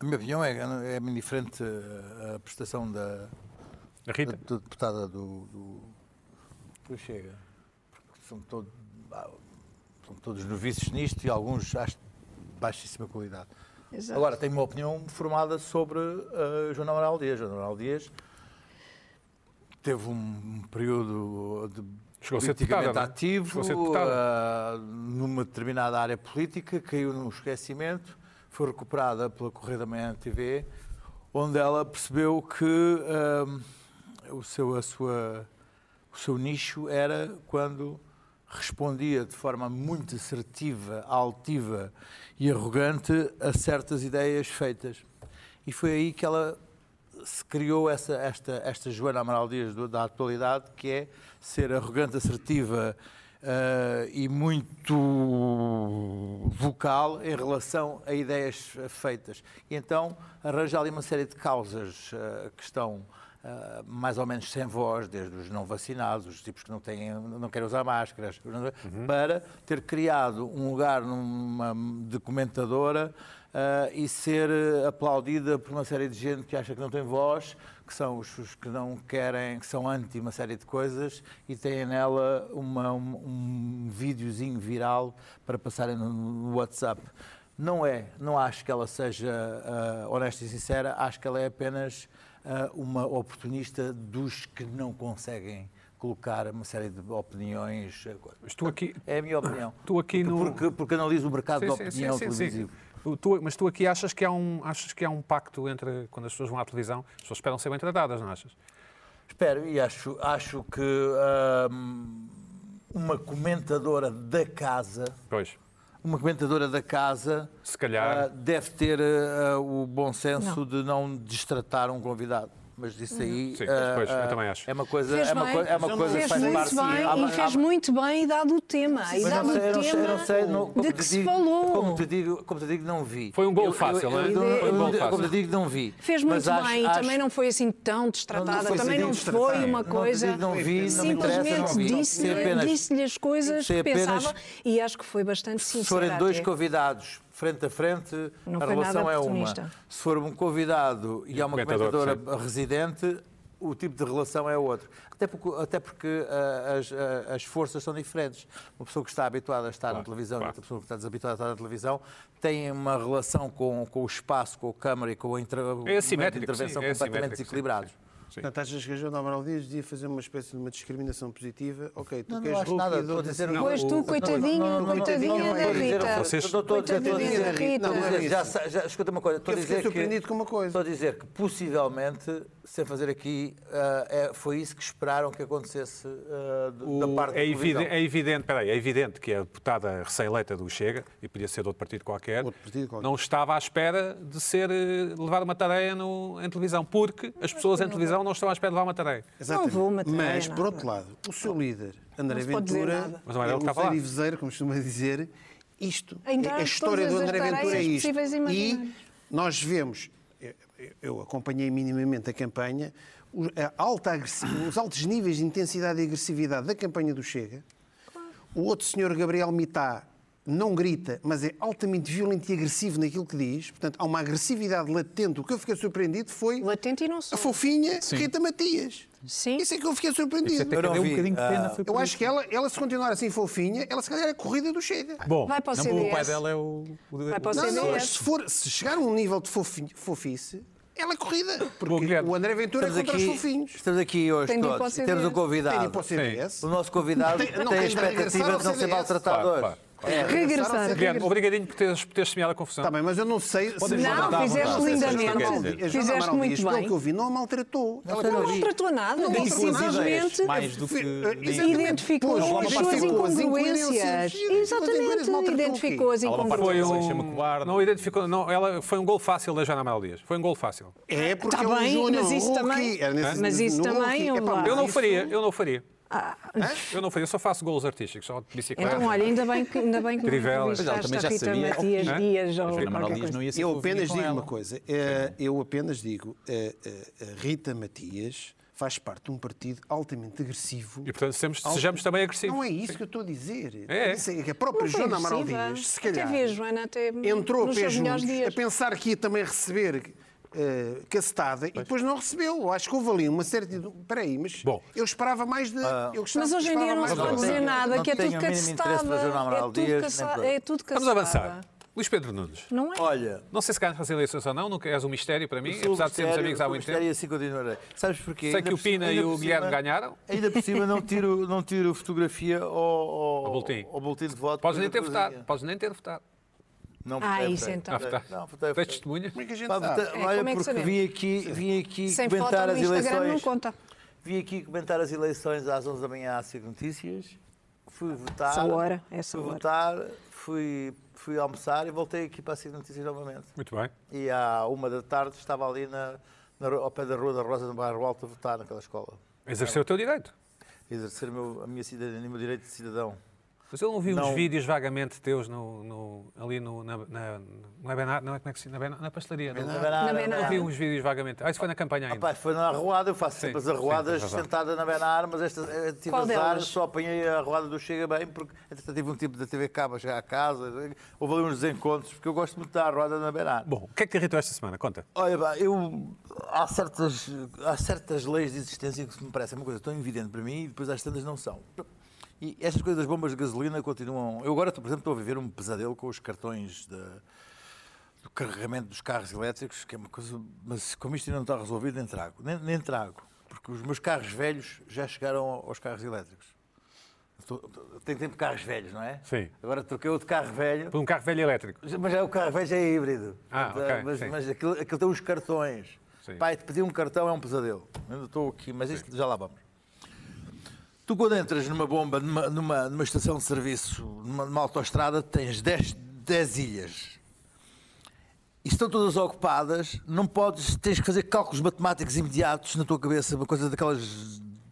E: A minha opinião é, é muito diferente eh, a prestação da,
A: A Rita?
E: da- da deputada do, do, do Chega. Porque são, todo- ah, são todos noviços nisto e alguns acho de baixíssima qualidade.
C: Exato.
E: Agora, tenho uma opinião formada sobre eh, Joana Amaral Dias. Joana Amaral Dias teve um período de
A: Chegou a ser
E: politicamente
A: deputada, não é?
E: ativo
A: Chegou a ser deputada.
E: ah, numa determinada área política, caiu num esquecimento, foi recuperada pela Correia da Manhã TV, onde ela percebeu que ah, o, seu, a sua, o seu nicho era quando respondia de forma muito assertiva, altiva e arrogante a certas ideias feitas. E foi aí que ela se criou essa, esta, esta Joana Amaral Dias do- da atualidade, que é ser arrogante, assertiva eh, e muito vocal em relação a ideias feitas. E então arranja ali uma série de causas eh, que estão ah, mais ou menos sem voz, desde os não vacinados, os tipos que não, têm, não querem usar máscaras, para ter criado um lugar numa documentadora ah, e ser eh, aplaudida por uma série de gente que acha que não tem voz, que são os, os que não querem, que são anti uma série de coisas e têm nela uma- um, um videozinho viral para passarem no, no WhatsApp. Não é, não acho que ela seja ah, honesta e sincera, acho que ela é apenas ah, uma oportunista dos que não conseguem colocar uma série de opiniões. ah,
A: Mas tu aqui,
E: É a
A: (coughs)
E: minha opinião.
A: Tu aqui no-
E: porque, porque analiso o mercado da opinião televisivo.
A: O- tu- mas tu aqui achas que, há um, achas que há um pacto entre quando as pessoas vão à televisão, as pessoas esperam ser bem tratadas, não achas?
E: Espero, e acho, acho que ahm, uma comentadora da casa,
A: Pois.
E: uma comentadora da casa,
A: Se calhar.
E: ah, deve ter ah, o bom senso de não destratar um convidado. Mas isso aí
A: Uhum. Sim,
E: ah,
A: pois, eu
E: ah,
A: também acho.
E: é uma coisa,
C: Fez
E: é uma
C: bem.
E: coi- é uma coisa
C: Fez
E: que faz parte.
C: muito
E: há-
C: bem e
E: há-
C: fez muito bem, dado o tema. E
E: Mas
C: dado
E: não sei, eu
C: o
E: não sei, eu não sei, não-
C: tema
E: como
C: de
E: te
C: que se
E: digo- Como
C: falou.
E: te digo, como te digo, não vi.
A: Foi um gol
E: Eu- eu-
A: fácil, não é?
E: eu não-
A: Foi um gol
E: eu- Como
A: fácil.
E: te digo, não vi.
C: Fez
E: Mas
C: muito
E: acho-
C: bem,
E: acho-
C: também não foi assim tão destratada,
E: foi
C: também
E: assim
C: não
E: destratada.
C: foi uma
E: Não te digo,
C: coisa.
E: não vi, não me interessa, não
C: Simplesmente
E: vi. Sei
C: disse-lhe
E: apenas-
C: disse-lhe as coisas
E: sei
C: que
E: apenas-
C: pensava e acho que foi bastante
E: Se
C: sincera.
E: forem dois
C: até.
E: convidados frente a frente,
C: Não
E: a
C: foi nada
E: relação é uma.
C: oportunista.
E: Se for um convidado e há uma
A: comentador,
E: comentadora residente, o tipo de relação é outro. Até porque, até porque ah, as, ah, as forças são diferentes. Uma pessoa que está habituada a estar na televisão e
A: claro.
E: outra pessoa que está desabituada a estar na televisão tem uma relação com, com o espaço, com a câmara e com a, intra, o momento de
A: É assimétrico,
E: intervenção
A: sim, é
E: completamente
A: assimétrico, sim,
E: desequilibrados.
B: Portanto, achas que a Joana Amaral Dias devia fazer uma espécie de uma discriminação positiva? Ok, tu
E: Não, não
B: queres
E: acho nada, estou a dizer o-
C: Pois
B: Então,
C: tu,
E: o-
C: coitadinho,
E: não, não, não, não,
C: coitadinha
E: não, não,
C: da
E: não, não,
C: Rita.
E: não,
A: Vocês-
E: não, estou a dizer- estou a
C: Coitadinha
E: dizer-
C: da Rita.
E: Estou a dizer, assim, já, sa- já, escuta uma coisa, estou a
B: Eu
E: dizer
B: fiquei
E: que-
B: surpreendido com uma coisa.
E: Estou a dizer que possivelmente, sem fazer aqui, ah, é- foi isso que esperaram que acontecesse ah, do- da parte da
A: é, evide-
E: televisão.
A: é evidente, peraí, é evidente que a deputada recém-eleita do Chega, e podia ser de outro partido qualquer,
B: Outro partido qualquer.
A: não estava à espera de ser eh, levar uma tareia no- em televisão, porque as pessoas em televisão não estão à espera de levar uma tareia.
B: Exatamente.
C: Não vou matar
B: Mas,
C: nada.
B: por outro lado, o seu líder, André
C: se pode dizer
B: Ventura,
C: nada.
A: Mas não era ele que
B: é
A: estava lá.
B: o vezeiro, como costuma dizer, isto,
C: Ainda há
B: a história do
C: todas as
B: André Ventura é
C: tarefas
B: isto.
C: possíveis e
B: E
C: imaginárias.
B: nós vemos, eu- eu acompanhei minimamente a campanha, o- a alta agressi- os altos níveis de intensidade e agressividade da campanha do Chega, o outro senhor, Gabriel Mitá, não grita, mas é altamente violento e agressivo naquilo que diz. Portanto, há uma agressividade latente. O que eu fiquei surpreendido foi
C: Latente e não
B: a
C: sou.
B: fofinha
F: Sim.
B: Rita Matias.
C: Sim.
B: Isso é que eu fiquei surpreendido.
E: Eu não
F: Deu um
E: vi,
F: bocadinho de pena,
E: ah,
F: foi por
B: Eu
F: isso.
B: acho que ela, ela, se continuar assim fofinha, ela se calhar é corrida do Chega.
F: Bom,
C: Vai para o
F: não, o pai
C: CDS.
F: dela é o. o
C: Vai para o
F: o-
B: Não, não,
C: CDS.
B: mas se, for, se chegar a um nível de fofi- fofice, ela é corrida.
A: Bom,
B: Porque
A: Guilherme,
B: o André Ventura é
E: Estamos
B: contra os
E: aqui,
B: fofinhos.
E: estamos aqui hoje
C: Tem de ir para o
E: todos e temos
C: CDS.
E: um
B: Tem de ir para
E: convidado.
B: o CDS.
E: O nosso convidado
B: Tem- não
E: tem a
B: tem de regressar
E: expectativa
B: ao
E: de não ser
B: CDS.
E: maltratado
A: Claro,
E: hoje.
A: claro,
C: Regressar.
A: Guilherme, obrigadinho por teres, por teres semeado a confusão.
B: Está bem, Tá, mas eu não sei se...
A: Podem
C: Não,
A: Dá vontade,
C: fizeste
A: vocês não querem
C: lindamente.
A: dizer.
B: A Joana
C: Fizeste
B: Amaral
C: muito
B: Dias, pelo
C: bem.
B: que eu vi, não a maltratou. Ela eh,
E: sei,
C: Não
E: não vi.
C: maltratou nada,
B: Não, com as
C: simplesmente
F: mais do que. nem-
C: identificou
B: Pois, lá
C: as
B: uma
C: suas
B: parte com as incoerências. As
C: incongruências. Exatamente,
B: incoerências
C: identificou as
F: Ela
A: Foi
F: Ela
C: incongruências.
A: um-
F: chama covarde.
A: Não identificou. Não, ela foi um gol fácil da Joana Amaral Dias. Foi um gol fácil.
B: É porque
C: Tá
B: é um
C: bem,
B: júnior
C: mas isso
B: rookie.
C: também-
B: Era nesse-
C: mas isso
B: no
C: também, é um
B: rookie. Epá,
C: olá.
B: mas
A: Eu não
B: Ah, isso-
A: faria, eu não faria.
C: Ah,
A: Eu não faria, eu só faço gols artísticos, só de bicicleta.
C: Então, olha, ainda bem que, ainda bem que não
A: Trivela. Mas
F: Mas ela também
C: entrevistaste a
F: já
C: Rita
F: sabia.
C: Matias
A: Hã?
C: Dias
F: A
C: ou
F: Joana Amaral
C: qualquer
F: Dias
C: coisa.
F: não ia ser
B: Eu
F: fofinha
B: apenas
F: com
B: digo
F: ela.
B: uma coisa. eh, Eu apenas digo, eh, eh, a Rita Matias faz parte de um partido altamente agressivo.
A: E portanto sejamos, sejamos também agressivos.
B: Não é isso que eu estou a dizer.
A: É.
B: Isso é que a
C: Não
B: própria
C: foi
B: Joana Amaral
C: agressiva.
B: Dias, se calhar,
C: Até vi a Joana até
B: entrou a
C: nos
B: pé
C: seus melhores
B: juntos a
C: dias.
B: pensar que ia também receber eh, cacetada e depois não recebeu. Acho que houve ali uma certa... Espera aí, mas
A: Bom. Ah.
B: eu esperava mais de... eu gostava-
C: Mas hoje em dia
B: esperava
C: não
B: mais
C: se
B: de-
C: pode dizer nada,
E: Não
C: que é
E: tenho
C: tudo
E: o mínimo interesse pela Joana
C: cacetada. É
E: Amaral
C: tudo
E: Dias, nem
C: caça-
E: para-
C: É tudo cacetada.
A: Vamos avançar. Luís Pedro Nunes.
C: Não é?
E: Olha,
A: Não sei se ganhas as eleições ou não, nunca és um mistério para mim,
E: Sou
A: apesar de sermos
E: mistério,
A: amigos há
E: sou
A: muito
E: mistério
A: tempo.
E: E assim continuarei. Sabes porquê?
A: Sei
E: Ainda
A: que o
E: por cima-
A: Pina e
E: ainda
A: o
E: por
A: Guilherme
E: cima-
A: ganharam.
E: Ainda por cima não tiro, não tiro fotografia ao, ao,
A: Ao boletim.
E: ao boletim de voto.
A: Podes nem ter
E: coisa
A: votado,
E: minha.
A: podes nem ter votado.
E: Não
C: Ah,
E: votei,
C: isso
E: votei,
C: então.
E: votei.
A: Tá.
E: Não, votei,
A: Tens
E: votei.
A: testemunha?
B: Como é que a gente
E: Pá,
B: sabe?
E: votei-
C: É,
E: Olha,
C: como é que
E: porque
C: sabemos?
E: vim aqui, vim aqui
C: Sem foto
E: comentar
C: no
E: as
C: Instagram não
E: eleições.
C: conta.
E: Vim aqui comentar as eleições às 11 da manhã à SIC Notícias. Fui votar.
C: Essa hora, essa
E: fui
C: hora.
E: votar, fui, fui almoçar e voltei aqui para a SIC Notícias novamente.
A: Muito bem.
E: E à uma da tarde estava ali na, na ru- ao pé da Rua da Rosa, no bairro Alto, a votar naquela escola.
A: Exerceu o teu direito.
E: Exercer o meu- a minha cidadania, o meu direito de cidadão.
A: Mas eu não vi
E: Não.
A: uns vídeos vagamente teus no, no- ali no, na, na, não é Benar, não é como é que se na, Benar, na pastelaria. não-
E: Benar-
C: Na
A: Eu
C: Benar.
A: vi uns vídeos vagamente. Ah, isso foi na campanha
E: Ah,
A: ainda.
E: pá, foi na arruada, eu faço sempre as
A: sim,
E: arruadas
A: tens razão.
E: sentada na Benar, mas esta eh, tive
C: Qual
E: azar,
C: delas?
E: só apanhei a arruada do Chega Bem, porque entretanto tive um tipo da TV Cabo a chegar à casa, eh, houve ali uns desencontros, porque eu gosto muito da arruada na Benar.
A: Bom, o que é que te irritou esta semana? Conta.
E: Olha, pá, eu. Há certas, há certas leis de existência que me parecem uma coisa tão evidente para mim e depois às tantas não são. E estas coisas das bombas de gasolina continuam. Eu agora, por exemplo, estou a viver um pesadelo com os cartões da- do carregamento dos carros elétricos, que é uma coisa. Mas como isto ainda não está resolvido, nem trago. Nem, nem trago. Porque os meus carros velhos já chegaram aos carros elétricos. Eu estou- eu Tenho tempo carros velhos, não é?
A: Sim.
E: Agora troquei outro carro velho.
A: Por um carro velho elétrico.
E: Mas é o carro, veja, é híbrido.
A: Ah,
E: Portanto,
A: ok,
E: mas
A: sim.
E: mas aquilo, aquilo tem uns cartões.
A: Sim.
E: Pai, te pedir um cartão é um pesadelo. Ainda estou aqui, mas isto já lá vamos. Tu quando entras numa bomba, numa, numa, numa estação de serviço, numa, numa autoestrada, tens 10, 10 ilhas. E estão todas ocupadas, não podes, tens que fazer cálculos matemáticos imediatos na tua cabeça, uma coisa daquelas.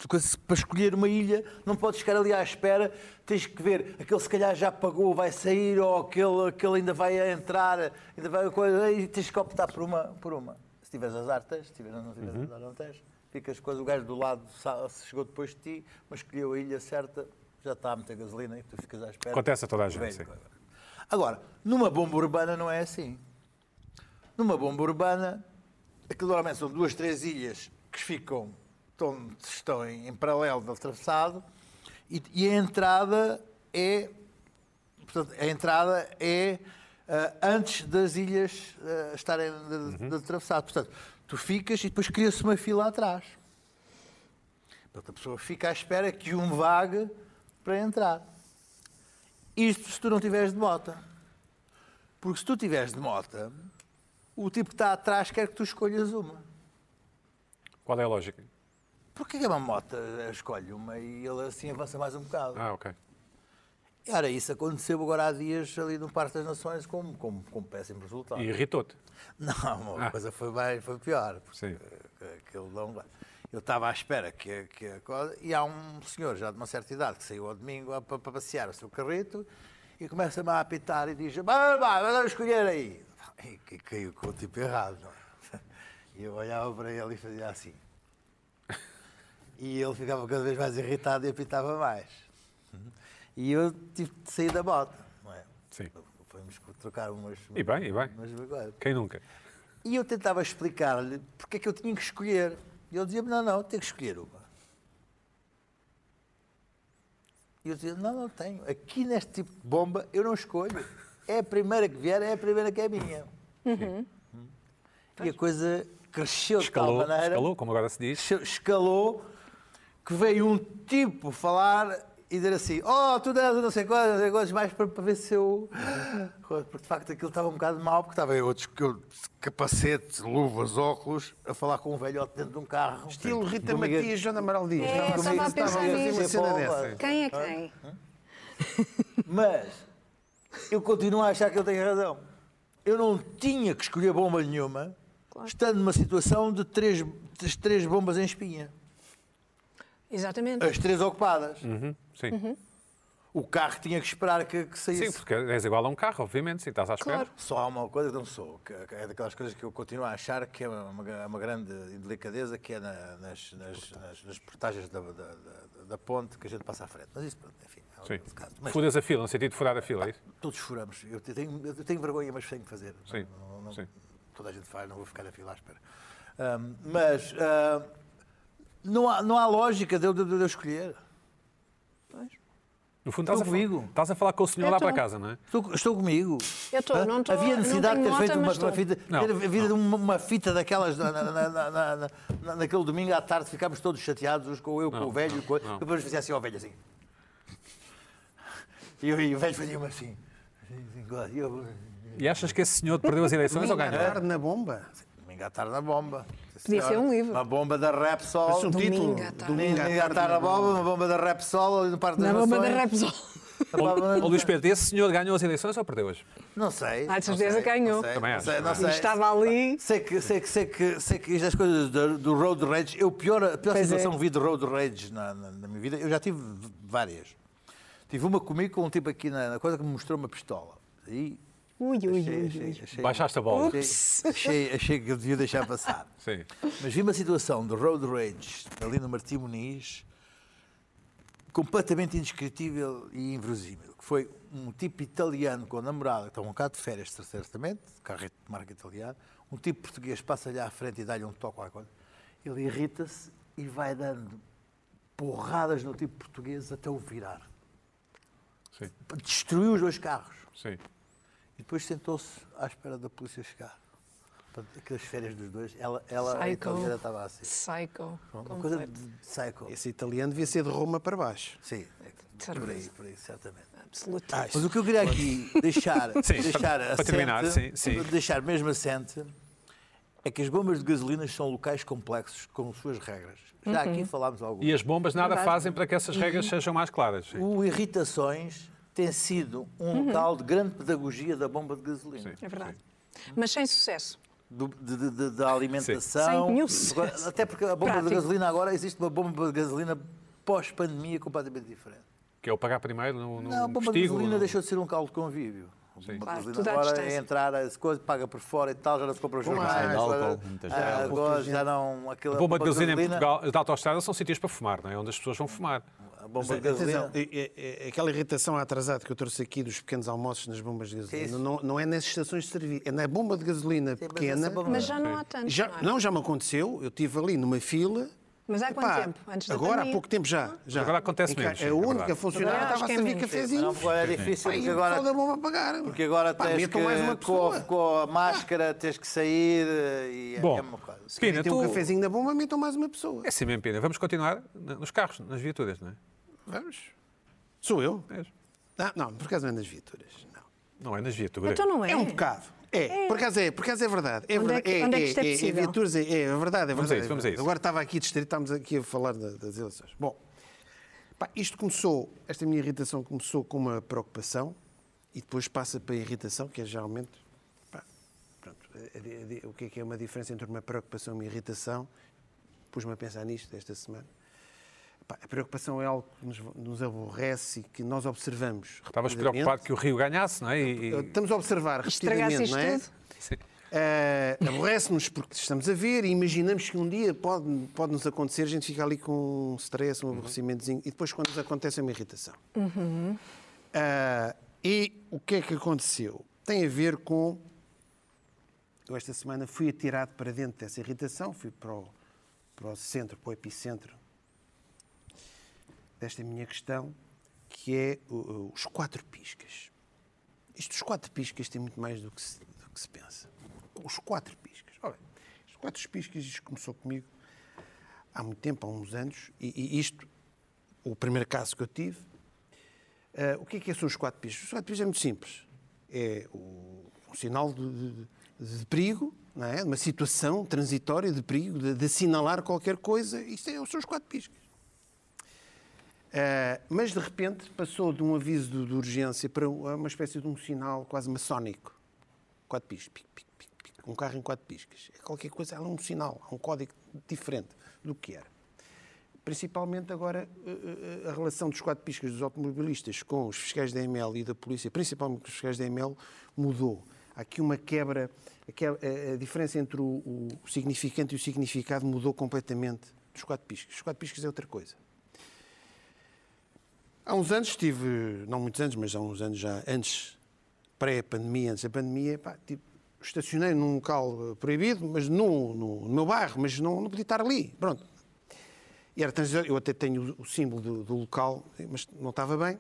E: coisa- Para escolher uma ilha, não podes ficar ali à espera, tens que ver, aquele se calhar já pagou, vai sair, ou aquele, aquele ainda vai entrar, ainda vai coisa, e tens que optar por uma. Por uma. Se tiveres azar, tens, se tiveres, não tiveres
A: Uhum.
E: azar, não tens. Ficas coisa, o gajo do lado sa- chegou depois de ti, mas escolheu a ilha certa, já está a meter gasolina e tu ficas à espera.
A: Acontece a toda a gente,
E: Velho,
A: sim.
E: Agora, numa bomba urbana não é assim. Numa bomba urbana, aquilo normalmente são duas, três ilhas que ficam, estão, estão em, em paralelo do atravessado e, e a entrada é. Portanto, a entrada é ah, antes das ilhas ah, estarem de, de atravessado. Portanto, tu ficas e depois cria-se uma fila atrás. Portanto, a pessoa fica à espera que um vague para entrar. Isto se tu não tiveres de mota. Porque se tu tiveres de mota, o tipo que está atrás quer que tu escolhas uma.
A: Qual é a lógica?
E: Porquê que é uma mota escolhe uma e ele assim avança mais um bocado?
A: Ah, ok.
E: E Ora, isso aconteceu agora há dias ali no Parque das Nações com, com, com péssimo resultado.
A: E irritou-te.
E: (laughs) Não, uma
A: Ah.
E: coisa foi, mais, foi pior. porque
A: Sim.
E: Aquele não vai. Eu estava à espera que, que a coisa- E há um senhor já de uma certa idade que saiu ao domingo a- para, para passear o seu carrito e começa-me a apitar e diz: Vai, vai, vai lá escolher aí. E que caiu com o tipo errado. Não é? (laughs) E eu olhava para ele e fazia assim. E ele ficava cada vez mais irritado e apitava mais. E eu tive de sair da bota, não é?
A: Sim.
E: Fomos trocar umas.
A: E bem, e bem.
E: umas coisas.
A: Quem nunca?
E: E eu tentava explicar-lhe porque é que eu tinha que escolher. E ele dizia-me, não, não, tenho que escolher uma. E eu dizia, não, não tenho. Aqui neste tipo de bomba eu não escolho. É a primeira que vier, é a primeira que é minha. Hum. E a coisa cresceu
A: Escalou,
E: de tal maneira
A: escalou, como agora se diz.
E: esca- escalou que veio um tipo falar e dizer assim, oh, tu dás não sei quantas, não sei quantas mais para, para ver se eu... (laughs) Porque de facto aquilo estava um bocado mal, porque estava eu de capacete, luvas, óculos, a falar com um velhote dentro de um carro.
B: Estilo Rita
E: Do Miguel-
B: Matias, João Amaral Dias.
C: É,
B: Não,
C: estava
B: comigo
C: a
B: estava
C: pensar
B: fazer uma
E: nisso.
B: cena
E: Sim,
B: dessa.
E: boba.
C: Quem é quem?
E: Mas eu continuo a achar que ele tem razão. Eu não tinha que escolher bomba nenhuma,
C: Claro.
E: estando numa situação de três, de três bombas em espinha.
C: Exatamente.
E: As três ocupadas.
A: Uhum, Sim.
E: O carro tinha que esperar que, que saísse.
A: Sim, porque és igual a um carro, obviamente, sim, estás à espera.
C: Claro.
E: Só há uma coisa que não sou, que que é daquelas coisas que eu continuo a achar que é uma, gra- uma grande indelicadeza, que é na- nas, nas, nas- nas portagens da, da- da- da ponte que a gente passa à frente. Mas isso, pronto, enfim, é um
A: Sim.
E: caso. Mas
A: Furas a fila, no sentido de furar a fila, é isso?
E: todos furamos. Eu te- tenho, eu tenho vergonha, mas tenho que fazer.
A: Sim,
E: Não- não- não-
A: sim.
E: Toda a gente faz, não vou ficar a fila à espera. Ahm, mas ahm, não, há, não há lógica de eu, de eu- de eu escolher.
A: No fundo, estás a,
E: comigo.
A: falar, estás a falar com o senhor
C: Eu
A: lá para
C: estou.
A: casa, não é?
E: Estou, estou comigo.
C: Eu estou,
E: Hã?
C: não estou-
E: Ah, Havia
C: não
E: necessidade de ter
C: tenho
E: feito
C: nota,
E: uma,
C: mas
E: uma
C: estou.
E: fita,
A: Não,
E: ter havido uma, uma fita daquelas na, na- na- na- na- na- na- naquele domingo à tarde, ficámos todos chateados, uns com eu, com
A: Não,
E: o velho,
A: não,
E: com...
A: não.
E: depois fazia assim ao velho assim. E, eu- e o velho fazia-me assim. E eu,
A: E achas que esse senhor perdeu as eleições ou ganhou?
B: Engatar na bomba.
E: domingo à tarde na bomba. Sim,
C: Podia ser
E: senhora.
C: um livro.
E: Uma bomba da Repsol.
B: Mas um
C: Domingo
B: título.
C: à tarde.
E: Domingo à tarde na bomba, uma bomba da Repsol ali no Parque das
C: Na bomba
E: Nações.
C: da Repsol.
A: Ô Luís Pedro, esse senhor ganhou as eleições ou perdeu hoje?
E: Não sei.
C: Ah, de
E: não
C: certeza
E: sei,
C: ganhou.
E: Não sei,
A: Também
E: não
A: acho.
E: sei, não
A: E
E: sei.
C: estava ali.
E: Sei que, sei que, sei que, sei que isto das coisas do, do Road Rage, eu pior, a pior
C: Pois
E: situação
C: é.
E: que vi de Road Rage na, na- na minha vida, eu já tive v- várias. Tive uma comigo com um tipo aqui na, na coisa que me mostrou uma pistola. E
C: Ui, ui,
E: achei,
C: ui,
E: achei,
C: ui.
E: achei-
A: Baixaste a bola.
C: Ups.
E: Achei, achei, achei que eu devia deixar passar.
A: Sim.
E: Mas vi uma situação de road rage ali no Martim Muniz completamente indescritível e inverosímil. Que foi um tipo italiano com a namorada, que estavam cá de férias, certamente, carro de marca italiana. Um tipo português passa-lhe à frente e dá-lhe um toque à coisa. Ele irrita-se e vai dando porradas no tipo português até o virar.
A: Sim.
E: Destruiu os dois carros.
A: Sim.
E: E depois sentou-se à espera da polícia chegar. Portanto, Aquelas férias dos dois, ela, ela a
C: Psycho.
E: italiana Ah, estava assim.
C: Psycho.
E: Uma coisa
C: completo.
E: de psycho.
B: Esse italiano devia ser de Roma para baixo.
E: Sim, é que- por aí, por aí, certamente.
C: Absoluto.
E: Mas o que eu queria aqui deixar,
A: Ah, (laughs) Sim,
E: deixar
A: para- para terminar, sim, sim.
E: (laughs) deixar mesmo assente, é que as bombas de gasolina são locais complexos com suas regras. Já
C: Uhum.
E: aqui falámos algumas.
A: E as bombas nada
C: Verdade.
A: fazem para que essas regras sejam mais claras. Sim.
E: O Irritações tem sido
C: Uhum.
E: um local de grande pedagogia da bomba de gasolina.
A: Sim.
C: É verdade. Mas sem sucesso.
E: do- de- de- de- da alimentação.
C: Sem nenhum
E: Agora,
C: sucesso.
E: Até porque a bomba de
C: Prático.
E: gasolina agora existe uma bomba de gasolina pós-pandemia completamente diferente.
A: Que é o pagar primeiro no, no
E: Não, a bomba de
A: vestíbulo,
E: gasolina
A: no-
E: deixou de ser um caldo de convívio. A bomba de
C: Claro,
E: gasolina
C: tudo à
E: agora é
C: distância.
E: entrar, a coisa, paga por fora e tal, já não se compra os
B: Claro.
E: jornais.
F: Sem álcool,
E: agora-
F: muita
E: ah,
F: gente.
E: agora já não. Aquela
A: A bomba de gasolina em Portugal, as da autostrada, são sítios para fumar, não é? Onde as pessoas vão fumar.
E: A bomba de gasolina.
B: Atenção, é- é- é aquela irritação atrasada que eu trouxe aqui dos pequenos almoços nas bombas de gasolina,
E: Isso.
B: não, não é nas estações de serviço, é na bomba de gasolina
E: mas
B: pequena.
E: essa bomba-
C: Mas já não há tanto.
B: Ah, Já-
C: não é?
B: não, já me aconteceu, eu estive ali numa fila.
C: Mas há quanto
B: Pá,
C: tempo? Antes da
B: agora, há
C: pandemia?
B: pouco tempo já. já.
A: Agora acontece
B: Em que
A: menos, sim, é
B: A única
A: verdade.
B: funcionária
C: Agora
B: estava a
C: acho que é
B: servir
C: menos.
E: Mas
B: cafezinho.
E: não, agora é difícil,
B: Pá, e
E: porque
B: o
E: agora,
B: pessoal da bomba a pagar.
E: porque agora
B: Pá,
E: tens
B: metam
E: que,
B: mais uma
E: com,
B: pessoa.
E: a- com a máscara, tens que sair eh, e é-
A: Bom,
E: é uma coisa.
A: Pina,
B: Metem
A: tu...
B: um cafezinho na bomba, metam mais uma pessoa.
A: É assim mesmo, Pina. Vamos continuar na- nos carros, nas viaturas, não é?
B: Vamos. Sou eu?
A: És.
B: Ah, não, por acaso não é nas viaturas. Não.
A: Não é nas viaturas.
C: Então não é.
B: É um bocado. É, por acaso é, por acaso é verdade. É
C: Onde é
B: verdade.
C: que- onde é que isto é
B: é,
C: possível?
B: viaturas, é, é verdade, é
A: Vamos a
B: verdade.
A: isso, vamos a isso.
B: Agora estava aqui distrito, estamos aqui a falar da- das eleições. Bom, pá, isto começou, esta minha irritação começou com uma preocupação e depois passa para a irritação, que é geralmente. pá, pronto, a- a- a- o que é que é uma diferença entre uma preocupação e uma irritação? Pus-me a pensar nisto esta semana. Pá, a preocupação é algo que nos, nos aborrece e que nós observamos.
A: Estavas
B: rapidamente.
A: preocupado que o Rio ganhasse, não é? E- e-
B: Estamos a observar
C: Estragasse
B: repetidamente,
C: isto
B: não é?
C: tudo?
A: Sim.
B: Ah, Aborrece-nos porque estamos a ver e imaginamos que um dia pode, pode nos acontecer, a gente fica ali com um stress, um aborrecimentozinho, e depois quando nos acontece é uma irritação.
C: Uhum.
B: Ah, e o que é que aconteceu? Tem a ver com. Eu esta semana fui atirado para dentro dessa irritação, fui para o, para o centro, para o epicentro desta minha questão, que é o- o- os quatro piscas. Isto dos quatro piscas tem muito mais do que se, do que se pensa. Os quatro piscas. Ora, bem, os quatro piscas, isto começou comigo há muito tempo, há uns anos, e, e isto, o primeiro caso que eu tive, ah, o que é que são os quatro piscas? Os quatro piscas é muito simples. É o, um sinal de, de- de- de perigo, não é? uma situação transitória de perigo, de, de assinalar qualquer coisa. Isto é, são os quatro piscas. Uh, mas de repente passou de um aviso de, de urgência para um- a uma espécie de um sinal quase maçónico. Quatro piscas. pic, pic, pic, pic. Um carro em quatro piscas. É qualquer coisa, há um sinal, há um código diferente do que era. Principalmente agora uh, uh, a relação dos quatro piscas dos automobilistas com os fiscais da ML e da polícia, principalmente com os fiscais da ML, mudou. Há aqui uma quebra, a, que- a- a diferença entre o, o significante e o significado mudou completamente dos quatro piscas. Os quatro piscas é outra coisa. Há uns anos tive, não muitos anos, mas há uns anos já, antes, pré-pandemia, antes da pandemia, pá, tipo, estacionei num local eh, proibido, mas no, no, no meu bairro, mas não, não podia estar ali. Pronto. E era transitório, eu até tenho o, o símbolo do, do local, mas não estava bem.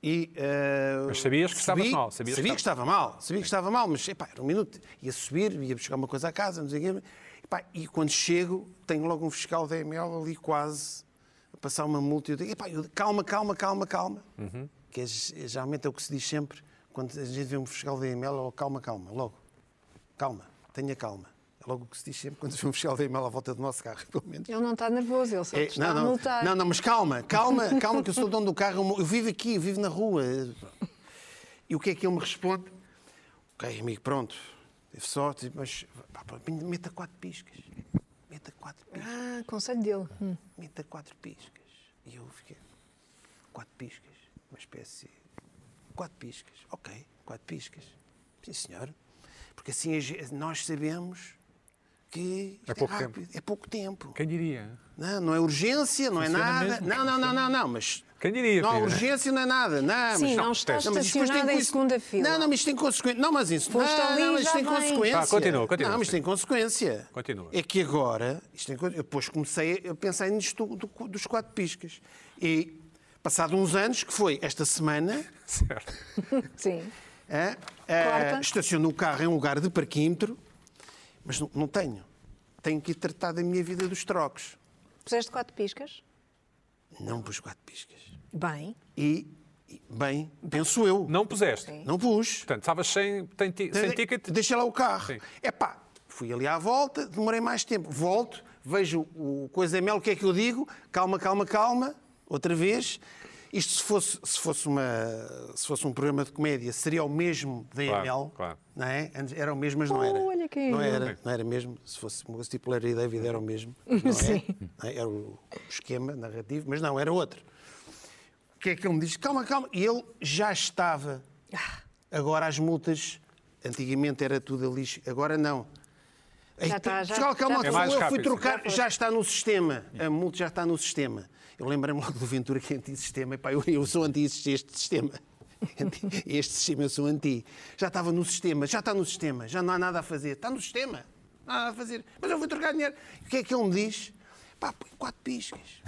B: E, eh,
A: Mas sabias que estavas
B: subi,
A: mal, sabias que
B: sabia que estava mal, sabia que estava mal, mas epá, era um minuto. Ia subir, ia buscar uma coisa à casa, não sei o quê. Epá, e quando chego, tenho logo um fiscal da ML ali quase a passar uma multa. E eu digo, epá, eu- calma, calma, calma, calma.
A: Uhum.
B: Que é, geralmente é o que se diz é sempre quando a gente vê um fiscal da ML, ou calma, calma, logo. Calma, tenha calma. logo o que se diz sempre quando se vê um fiscal da e-mail à volta do nosso carro, (laughs) pelo menos.
C: Ele não está nervoso, ele só
B: É,
C: te está a
B: não,
C: multar.
B: não, não, mas calma, calma, calma, que eu sou dono do carro, eu mo- eu vivo aqui, eu vivo na rua. E o que é que ele me responde? Ok, amigo, pronto, teve sorte, mas pá, pá, meta quatro piscas. Meta quatro piscas
C: Ah, conselho dele. Hum.
B: meta quatro piscas. E eu fiquei, quatro piscas, uma espécie, quatro piscas, ok, quatro piscas. Sim, senhor, porque assim a ge- nós sabemos que isto é,
A: pouco
B: rápido, é pouco tempo.
A: Quem diria?
B: Não, não é urgência, não é
A: Funciona
B: nada.
A: mesmo.
B: Não, não, não, não, não, mas...
A: Quem diria,
B: Não há
A: filho?
B: urgência, não é nada. Não, mas
C: Sim, não
A: está
C: está
B: não, mas isto depois tem
C: estacionado em
B: conse-
C: segunda fila.
B: Não, não, mas isto tem consequência. Não, mas isso.
C: Foste
B: não,
C: ali
B: não,
C: e
B: mas
C: já
B: isto tem
C: vem.
B: consequência.
A: Tá, continua, continua,
B: Não, mas
A: sim.
B: tem consequência.
A: Continua.
B: É que agora, isto tem, con- eu depois comecei a pensar nisto do- do- dos quatro piscas. E passado uns anos, que foi esta semana,
A: Certo.
C: Sim.
B: hã, ah,
C: Corta.
B: estaciono o carro em um lugar de parquímetro, mas não, não tenho. Tenho que ir tratar da minha vida dos trocos.
C: Puseste quatro piscas?
B: Não pus quatro piscas.
C: Bem.
B: E, e, bem, penso eu,
A: Não puseste.
B: não pus.
A: Portanto, estavas sem, tem ti-
E: é
A: sem ticket.
B: Deixei lá o carro.
A: Sim.
B: É pá, fui ali à volta, demorei mais tempo. Volto, vejo o coisa mel, o que é que eu digo? Calma, calma, calma, outra vez. Isto se fosse, se fosse, uma, se fosse um programa de comédia, seria o mesmo da
A: Claro,
B: EML,
A: claro.
B: não é? Antes Era o mesmo, mas não era.
C: Olha é. que
B: não
C: giro.
B: era, não era mesmo. Se fosse uma estipular e David era o
C: (laughs)
B: mesmo. não é?
C: Sim.
B: Não é? Era o esquema narrativo, mas não, era outro. O que é que ele me diz? Calma, calma. E ele já estava.
C: Ah.
B: Agora as multas. Antigamente era tudo a lixo, agora não. Ei,
C: está, já-
B: É Portugal, calma,
C: já
B: que
A: É mais
B: eu fui
A: rápido,
B: trocar, já está no sistema. A multa já está no sistema. Eu lembrei-me logo do Ventura que é anti-sistema. Epá, eu, eu sou anti este sistema. (laughs) Anti- Este sistema eu sou anti. Já estava no sistema, já está no sistema, já não há nada a fazer. Está no sistema, não há nada a fazer. Mas eu vou trocar dinheiro. O que é que ele me diz? Pá, põe quatro piscas.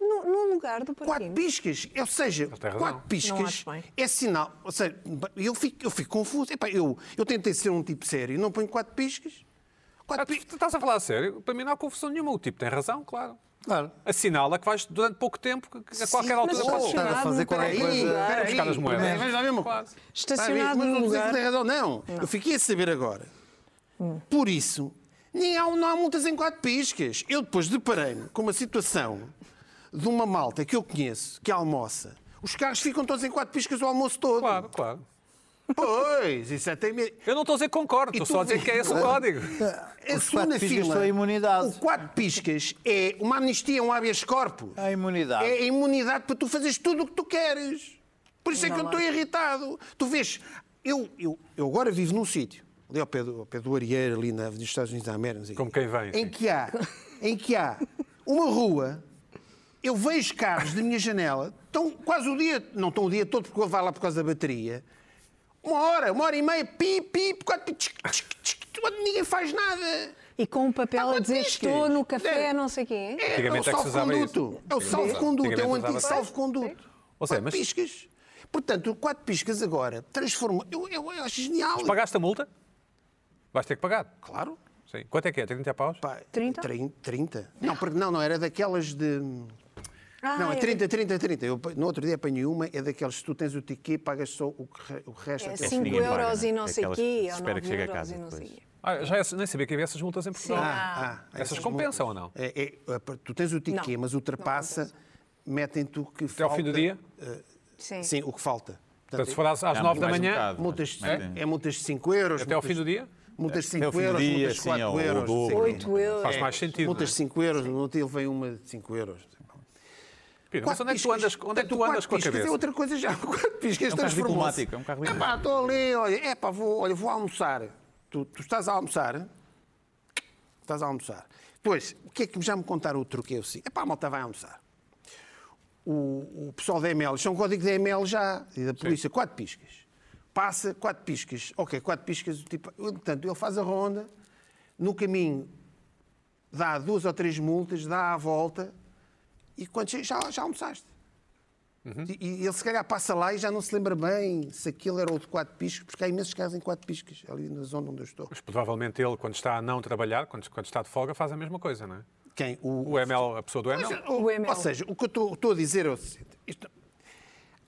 C: No, no lugar do
B: Quatro
C: parquinho.
B: piscas, ou seja,
A: tem razão.
B: quatro
C: Não
B: piscas
C: acho bem.
B: é sinal. Ou seja, eu fico, eu fico confuso. Epá, eu, eu tentei ser um tipo sério, não ponho quatro piscas.
A: Ah,
B: Quatro
A: tu,
B: piscas.
A: tu estás a falar a sério? Para mim não há confusão nenhuma. O tipo tem razão, claro.
E: Claro.
A: Assinala que vais durante pouco tempo, que que a qualquer
B: mas
A: altura
C: Mas
A: podes
E: está a
C: estacionado
E: fazer
C: no
E: qualquer
C: parquinho.
E: coisa.
A: Espera aí, buscar as moedas.
B: primeiro, Vamos lá ver uma
A: Claro.
B: coisa.
C: Estacionado
B: Mas
C: num
B: não sei se
C: lugar.
B: tem razão, não. Eu fiquei a saber agora. Por isso, nem há, um, não há multas em quatro piscas. Eu depois deparei-me com uma situação de uma malta que eu conheço, que almoça. Os carros ficam todos em quatro piscas o almoço todo.
A: Claro, claro.
B: Pois, isso é até me...
A: Eu não estou a dizer que concordo,
B: E
A: estou
B: tu
A: só a dizer que é esse o código.
B: A
E: Os quatro
B: segunda
E: piscas
B: fila,
E: são a imunidade.
B: o quatro piscas é uma amnistia, um habeas corpus.
E: A imunidade.
B: É a imunidade para tu fazeres tudo o que tu queres. Por isso é que eu estou irritado. Tu vês, eu, eu, eu agora vivo num sítio, ali ao pé do, ao pé do Arieiro, ali na, nos Estados Unidos da América. não sei
A: Como
B: quê,
A: quem vem, sim.
B: Em que há, em que há uma rua, eu vejo carros da minha janela, estão quase o dia, não estão o dia todo porque eu vá lá por causa da bateria, uma hora, uma hora e meia, pi, pi, quatro, tchic, tchic, tchic, ninguém faz nada.
C: E com um papel a
B: Há
C: dizer
B: quantas
C: estou no
B: piscas?
C: café,
B: É.
C: não sei quem.
B: É, é o
A: Antigamente é que se usava
B: salvo-conduto.
A: isso.
B: É o salvo-conduto, é
A: Antigamente
B: o
A: usava
B: antigo
A: isso.
B: salvo-conduto.
A: Ou seja,
B: Quatro
A: mas-
B: piscas. Portanto, o quatro piscas agora transforma. Eu, eu- eu acho genial.
A: Pagaste a multa? Vais ter que pagar.
B: Claro.
A: Sim. Quanto é que é? 30 paus?
B: Pá,
C: 30?
B: 30? 30. Não, porque não, não, era daquelas de.
C: Ah,
B: não, é
C: é
B: 30, 30, 30. Eu, no outro dia apanhei uma, é daquelas que tu tens o tiquê, pagas só o, que re- o resto.
C: É
B: até ao
C: 5
B: final.
F: ninguém paga,
C: euros e
F: não é?
C: não
F: É
C: sei
F: aquelas
C: quê,
F: que
C: ou
F: espera
C: 9
F: que chegue a
C: euros
F: casa
C: e não sei
F: depois.
C: quê.
A: Ah, já nem sabia que havia essas multas em Portugal.
C: Sim.
B: Ah, ah,
A: Essas compensam
B: multas.
A: ou não?
B: É, é, é, tu tens o tiquê,
C: Não,
B: mas ultrapassa, metem-te o que
A: Até ao fim do dia?
C: Sim.
B: Sim, o que falta.
A: Portanto, se for às, às
F: Há
A: 9 da
F: mais um
A: manhã,
F: bocado,
B: Multas
F: mas
B: de,
F: metem-
B: é multas de 5 euros.
A: até ao
B: multas-
A: fim do dia,
B: Multas de
F: Até
B: 5
F: ao fim do
B: euros,
F: dia,
B: multas de
F: sim,
B: 4
F: ao- ao
B: euros. não sei
F: dobro.
B: quê.
C: Oito euros.
B: É.
A: faz mais sentido.
B: Multas de
A: não
B: 5 euros, no outro ele vem uma de 5 euros.
A: é? Pina, mas
B: Quatro
A: onde é que tu
B: piscas.
A: andas, onde é que tu
B: Quatro
A: andas com a
B: piscas
A: cabeça?
B: É outra coisa já. (laughs) Quatro piscas
F: carro
B: transformou-se.
F: diplomático, é um carro
B: Epá,
F: diplomático.
B: estou ali, olha, epá, vou, olha, vou almoçar. Tu, tu estás a almoçar, estás a almoçar. Pois, o que é que já me contaram o truque? Eu assim, epá, a malta vai almoçar. O, o pessoal da ML, isto é um código da ML já, e da polícia, quatro piscas. Passa, quatro piscas. Ok, quatro piscas, o tipo, portanto, ele faz a ronda, no caminho dá duas ou três multas, dá a volta e quando chega, já, já almoçaste. E, e ele se calhar passa lá e já não se lembra bem se aquilo era o de quatro piscas, porque há imensos casos em quatro piscas, ali na zona onde eu estou.
A: Mas provavelmente ele, quando está a não trabalhar, quando, quando está de folga, faz a mesma coisa, não é?
B: Quem? O,
A: O ML, a pessoa do ML.
B: Ou-
C: O ML.
B: é Ou seja, o que eu estou estou a dizer é o seguinte: isto-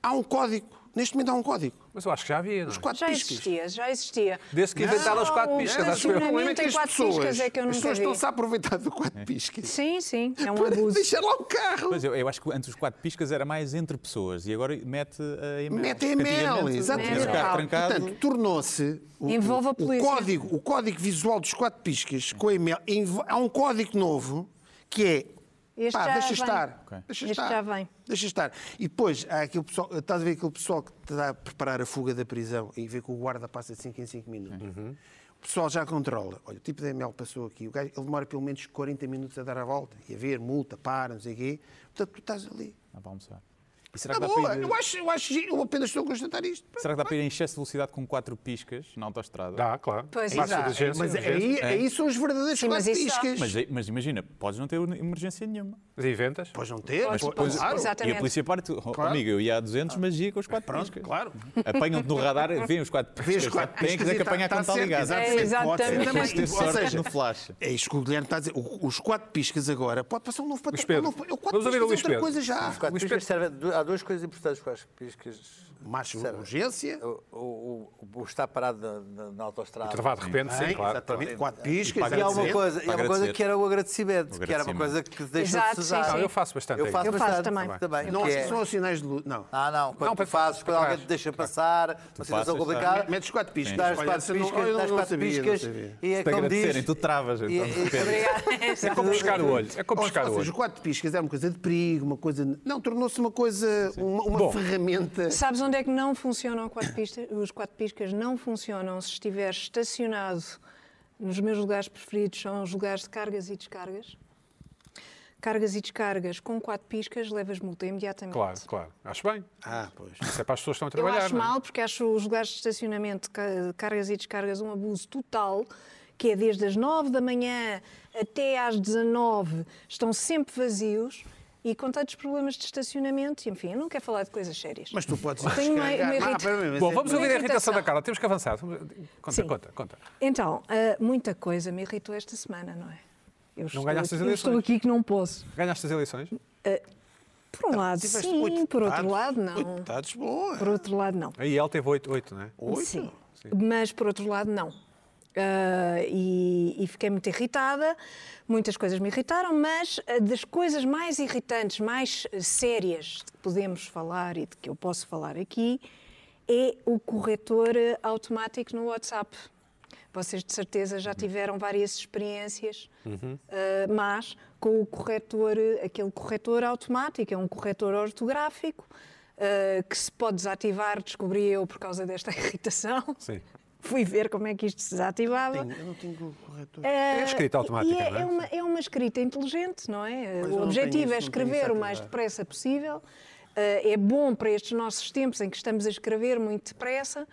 B: há um código Neste momento há um código.
A: Mas eu acho que já havia, não é?
B: Os quatro
C: Já
B: piscas.
C: existia, já existia.
A: Desde que
C: Não,
A: inventaram os quatro
C: o
A: piscas, acho que
B: O
A: eu.
B: problema é que
C: estacionamento em
B: as
C: quatro piscas
B: pessoas,
C: é que eu
B: as
C: nunca
B: pessoas estão-se
C: vi.
B: a aproveitar do quatro piscas.
C: Sim, sim,
B: (laughs)
C: é um
B: Para
C: abuso.
B: deixar lá o carro.
D: Mas eu, eu acho que antes os quatro piscas era mais entre pessoas e agora mete eh, a e-mail.
B: Mete a e-mail,
D: Antigamente,
B: exatamente.
D: tinhas o carro trancado.
B: Portanto, tornou-se o,
C: Envolve a
B: o
C: polícia.
B: código, o código visual dos quatro piscas com a e-mail. envo- Há um código novo que é
C: Este
B: pá,
C: já
B: deixa
C: vem.
B: estar.
D: Ok.
B: Deixa
C: Este
B: estar.
C: já vem.
B: Deixa estar. E depois há aquele pessoal, estás a ver aquele pessoal que te dá a preparar a fuga da prisão e vê que o guarda passa de 5 em 5 minutos. O pessoal já controla. Olha, o tipo da ML passou aqui, o gajo, ele demora pelo menos 40 minutos a dar a volta e a ver, multa, para, não sei o quê. Portanto, tu estás ali.
D: Dá para Ah, almoçar. E será
B: Na
D: que, dá
B: Tá boa,
D: para ir,
B: eu acho, eu acho, giro, eu apenas estou a constatar isto.
D: será que dá para ir em excesso de velocidade com quatro piscas na autostrada?
A: Dá, claro.
C: Pois,
A: Baixa
C: exato.
A: de urgência,
B: Mas é
A: urgência.
B: aí, aí são os verdadeiros
C: Sim, mas
B: quatro
C: isso há.
B: piscas.
D: Mas, eh, mas imagina, podes não ter emergência nenhuma.
A: Mas inventas?
B: Pois não ter,
D: Mas
B: pô,
D: depois-
B: claro.
C: Exatamente.
D: E a polícia parte, oh, amigo, eu ia a 200, mas ia com os quatro piscas.
B: claro.
D: Apanham-te no radar, vêem os quatro
B: Vês
D: piscas.
B: os quatro
D: Têm que
B: piscas
D: dizer
B: e
D: que
B: tá-
D: apanhar
B: tá
D: quando está
B: certo,
D: ligado.
C: exato.
D: É
B: exatamente.
C: É,
B: Pode ser
C: exatamente.
B: também.
D: que ter
B: Ou
D: sorte
B: seja,
D: no flash.
B: é isto que o Guilherme está a dizer. O- Os quatro piscas agora pode passar um novo patamar.
A: Pedro,
B: um novo- o quatro
A: vamos ouvir
B: piscas é
A: o Luís
B: outra
A: Pedro.
B: coisa já.
E: Os quatro
A: Luís
E: piscas servem. Há duas coisas importantes com as piscas.
B: Marcha
E: servem.
B: urgência.
E: O, o- o- o estar parado na, na- na autostrada.
A: Travado de repente, sim,
B: Bem,
A: claro.
B: exatamente. Quatro piscas.
E: E há uma
B: agradecer.
E: coisa, e há uma coisa
D: agradecer.
E: que era o agradecimento,
D: O
E: que era uma
D: agradecimento.
E: coisa que deixou
C: Exato,
E: de usar.
C: sim, sim.
A: Não, eu faço bastante.
E: Eu faço,
C: Eu faço
E: bastante,
C: também.
B: Não,
E: que
B: acho
E: é-
B: que são sinais de luz. Não.
E: Ah, não, quando
A: Não, para-
E: tu fazes,
A: para
E: quando alguém
A: trás.
E: te deixa passar, uma situação
D: passas,
E: complicada.
B: tá. Metes quatro piscas.
E: Dás
B: Olha,
E: Ah, quatro
B: eu não-
E: piscas,
B: eu não
E: dás quatro
B: sabia, não
E: piscas.
B: sabia.
E: E é
D: Te
E: como
D: agradecerem,
E: diz.
D: tu travas.
E: e-
D: então, de
E: e-
D: repente.
A: É como
E: (laughs)
A: pescar o olho. É como
B: Ou, ou
A: pescar o
B: seja,
A: olho.
B: os quatro piscas era uma coisa de perigo, uma coisa. Não, tornou-se uma coisa, uma, uma
A: Bom.
B: ferramenta.
C: Sabes onde é que não funcionam quatro pistas? os quatro piscas? Não funcionam se estiver estacionado. Nos meus lugares preferidos são os lugares de cargas e descargas. Cargas e descargas com quatro piscas levas multa imediatamente.
A: Claro, claro. Acho bem.
B: Ah, pois.
A: Isso é para as pessoas que estão a
C: Eu
A: trabalhar.
C: acho
A: não é?
C: mal porque acho os lugares de estacionamento, ca- cargas e descargas, um abuso total, que é desde as 9 da manhã até às 19, estão sempre vazios e com tantos problemas de estacionamento, enfim, eu não quero falar de coisas sérias.
B: Mas tu podes ir
C: Tenho uma-
B: descarregar.
C: uma
B: Ah,
C: irrita-
B: espera aí, mas
A: Bom,
B: é-
A: vamos
C: Uma
A: ouvir a irritação
C: irritação.
A: da Carla. Temos que avançar. Vamos- Conta,
C: Sim.
A: conta, conta.
C: Então, ah, muita coisa me irritou esta semana, não é? Eu estou,
A: ganhaste as
C: eu estou
A: eleições.
C: aqui que não posso.
A: Ganhaste as eleições?
C: Por um lado,
B: Tiveste
C: sim,
B: oito
C: por outro
B: deputados.
C: lado,
B: Oito
C: não.
B: deputados, tá boa.
C: Por outro lado, não.
A: Aí ela teve oito, oito, não é?
B: Oito?
C: Sim. Mas por outro lado, não. Ah, e, e fiquei muito irritada, muitas coisas me irritaram, mas ah, das coisas mais irritantes, mais ah, sérias de que podemos falar e de que eu posso falar aqui, é o corretor ah, automático no WhatsApp. Vocês de certeza já tiveram várias experiências ah, más com o corretor, ah, aquele corretor automático, é um corretor ortográfico ah, que se pode desativar, descobri eu por causa desta (laughs) irritação.
A: Sim.
C: Fui ver como é que isto se desativava.
B: Eu não tenho Google corretor.
A: É escrita automática,
C: E é,
A: não é?
C: é uma, é uma escrita inteligente, não é?
B: Pois eu
C: o
B: não tenho
C: objetivo
B: isso,
C: é
B: não tenho
C: escrever
B: isso
C: o mais
B: ativado.
C: depressa possível. Eh, é bom para estes nossos tempos em que estamos a escrever muito depressa,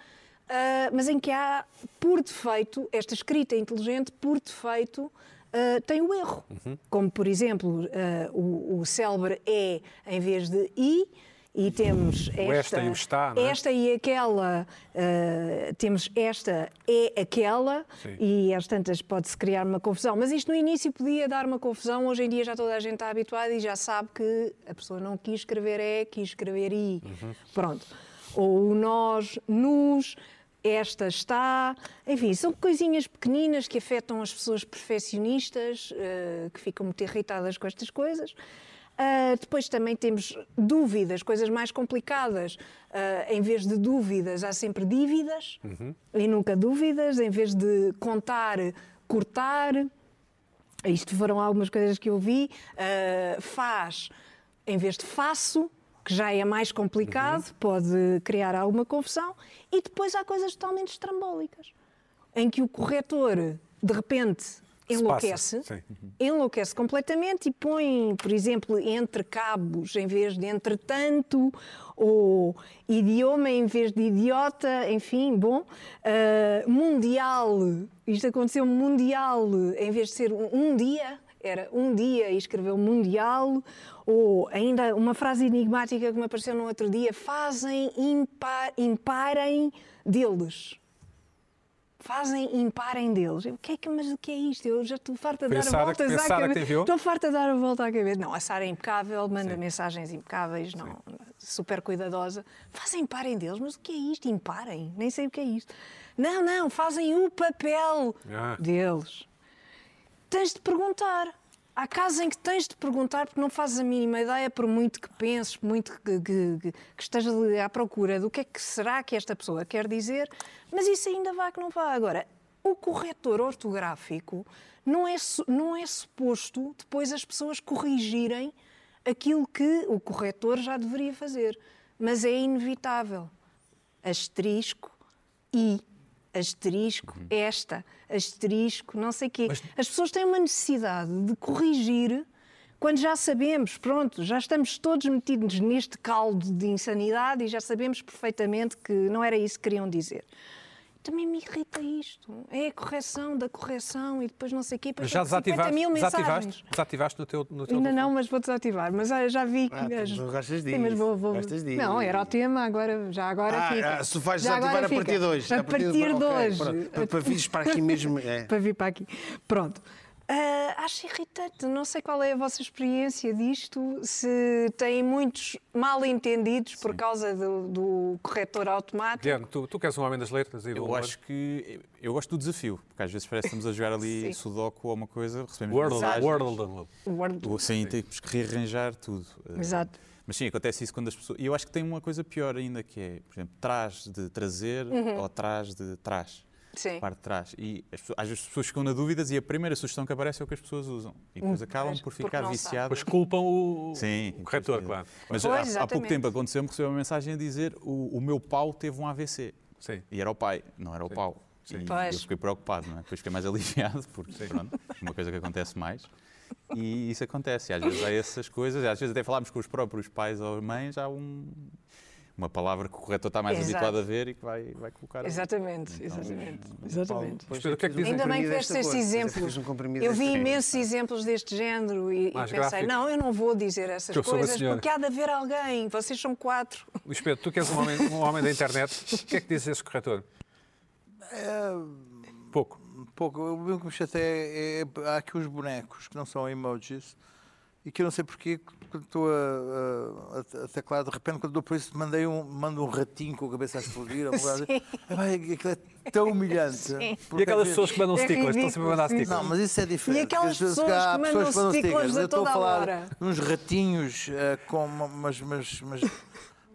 C: eh, mas em que há, por defeito, esta escrita inteligente, por defeito, eh, tem o erro.
A: Uhum.
C: Como, por exemplo, eh, o, o célebre é em vez de i. E temos esta,
A: esta e o está, não é?
C: esta e aquela, eh, temos esta é aquela,
A: Sim.
C: e às tantas pode-se criar uma confusão. Mas isto no início podia dar uma confusão, hoje em dia já toda a gente está habituada e já sabe que a pessoa não quis escrever é, quis escrever i. Pronto. Ou o nós, nos, esta está. Enfim, são coisinhas pequeninas que afetam as pessoas perfeccionistas, eh, que ficam muito irritadas com estas coisas. Ah, depois também temos dúvidas, coisas mais complicadas. Ah, em vez de dúvidas, há sempre dívidas
A: Uhum.
C: e nunca dúvidas. Em vez de contar, cortar. Isto foram algumas coisas que eu vi. Ah, faz em vez de faço, que já é mais
A: Uhum.
C: complicado, pode criar alguma confusão. E depois há coisas totalmente estrambólicas, em que o corretor, de repente, enlouquece
A: passa, sim.
C: enlouquece completamente e põe, por exemplo, entre cabos em vez de entretanto, ou idioma em vez de idiota, enfim, bom. Ah, mundial, isto aconteceu mundial, em vez de ser um, um dia, era um dia e escreveu mundial, ou ainda uma frase enigmática que me apareceu no outro dia, fazem impar, imparem deles. Fazem imparem deles. Eu, o que é que, mas o que é isto? Eu já estou farta de
A: Foi a
C: dar
A: Sara-
C: voltas
A: foi a
C: à
A: Sara que
C: cabeça.
A: enviou?
C: Estou farta de dar a volta à cabeça. Não, a Sara é impecável, manda mensagens impecáveis. Não, super cuidadosa. Fazem parem deles, mas o que é isto? Imparem, nem sei o que é isto. Não, não, fazem o papel
A: Ah.
C: deles. Tens de perguntar. Há casos em que tens de perguntar porque não fazes a mínima ideia, por muito que penses, por muito que, que, que- que estejas ali à procura do que é que será que esta pessoa quer dizer, mas isso ainda vá que não vá. Agora, o corretor ortográfico não é, su- não é suposto depois as pessoas corrigirem aquilo que o corretor já deveria fazer, mas é inevitável asterisco e asterisco
A: Uhum.
C: esta, asterisco não sei quê. As pessoas têm uma necessidade de corrigir quando já sabemos, pronto, já estamos todos metidos neste caldo de insanidade e já sabemos perfeitamente que não era isso que queriam dizer. Também me irrita isto. É a correção da correção e depois não sei o quê. Depois
A: Mas já
C: são 50
A: desativaste,
C: mil mensagens.
A: desativaste, desativaste no teu, no teu
C: Ainda
A: telefone?
C: não, mas vou desativar. Mas ah, já vi que.
B: Ah, tu
C: as-
B: não gostas
C: Sim, mas
B: disso,
C: vou, vou...
B: gostas disso.
C: Não, era o tema, agora, já agora
B: Ah,
C: fica.
B: ah, se vais
C: Já
B: desativar
C: agora
B: a partir
C: fica.
B: de hoje.
C: A
B: A partir
C: partir
B: de-
C: de,
B: ok,
C: hoje.
B: pronto. Para- para vires para aqui mesmo, é.
C: Para vir para aqui. Pronto. Ah, acho irritante, não sei qual é a vossa experiência disto, se têm muitos mal entendidos por causa do, do corretor automático.
A: Guilherme, tu, tu queres um homem das letras e do
F: Eu
A: humor?
F: acho que. Eu gosto do desafio, porque às vezes parece que estamos a jogar
C: Sim.
F: ali sudoku ou uma coisa, recebemos
A: World,
F: mensagens.
A: world, world.
C: Word.
F: O- Sim, temos que rearranjar tudo. Eh,
C: Exato.
F: Mas sim, acontece isso quando as pessoas. E eu acho que tem uma coisa pior ainda que é, por exemplo, trás de trazer ou trás de trás.
C: Uhum. Sim.
F: Parte de trás. E as pessoas- às vezes as pessoas ficam na dúvidas e a primeira sugestão que aparece é o que as pessoas usam. E depois
C: Uhum.
F: acabam
C: pois,
F: por
C: porque
F: ficar
C: não sabem.
F: viciadas.
A: Pois culpam o, o
F: Sim.
A: corretor, claro.
F: Mas
C: Pois,
F: há- há, pouco
C: exatamente.
F: tempo aconteceu-me receber uma mensagem a dizer o, o meu pau teve um AVC.
A: Sim.
F: E era o pai, não era o pau. E
C: Pois.
F: eu fiquei preocupado, não é? Depois fiquei mais (laughs) aliviado, porque pronto, uma coisa que acontece mais. E isso acontece. E às vezes há essas coisas, e às vezes até falámos com os próprios pais ou mães, há um, uma palavra que o corretor está mais
C: Exato.
F: habituado a ver e que vai, vai
B: Então,
F: colocar. ali.
C: Exatamente, exatamente. exatamente.
A: Pedro, o que é que dizem?
C: Ainda bem que
B: fez um assim.
C: fez estes exemplos. eu vi imensos exemplos deste género e, e
A: Mais
C: pensei,
A: gráfico.
C: não, eu não vou dizer essas
A: Que eu sou a
C: coisas
A: senhora.
C: porque há de haver alguém, vocês são quatro.
A: Luís Pedro, tu queres um homem, um homem da internet, o que é que diz esse corretor? Pouco.
E: Pouco, o meu que me chateia é, é- Há aqui uns bonecos que não são emojis e que eu não sei porquê, quando estou a, a- a teclar, de repente, quando dou por isso, mandei um, mando um ratinho com a cabeça a explodir. ou uma coisa assim. É, pá, Aquilo é tão humilhante.
A: E
E: porque às
A: aquelas
E: vezes-
A: pessoas que mandam
C: É
A: stickers, estão sempre a mandar stickers.
E: Não, mas isso é diferente.
C: E aquelas
E: Às vezes
C: pessoas
E: há
C: que mandam stickers a
E: Eu estou a
C: toda a
E: falar
C: hora.
E: de uns ratinhos eh, com uma- umas. umas- umas-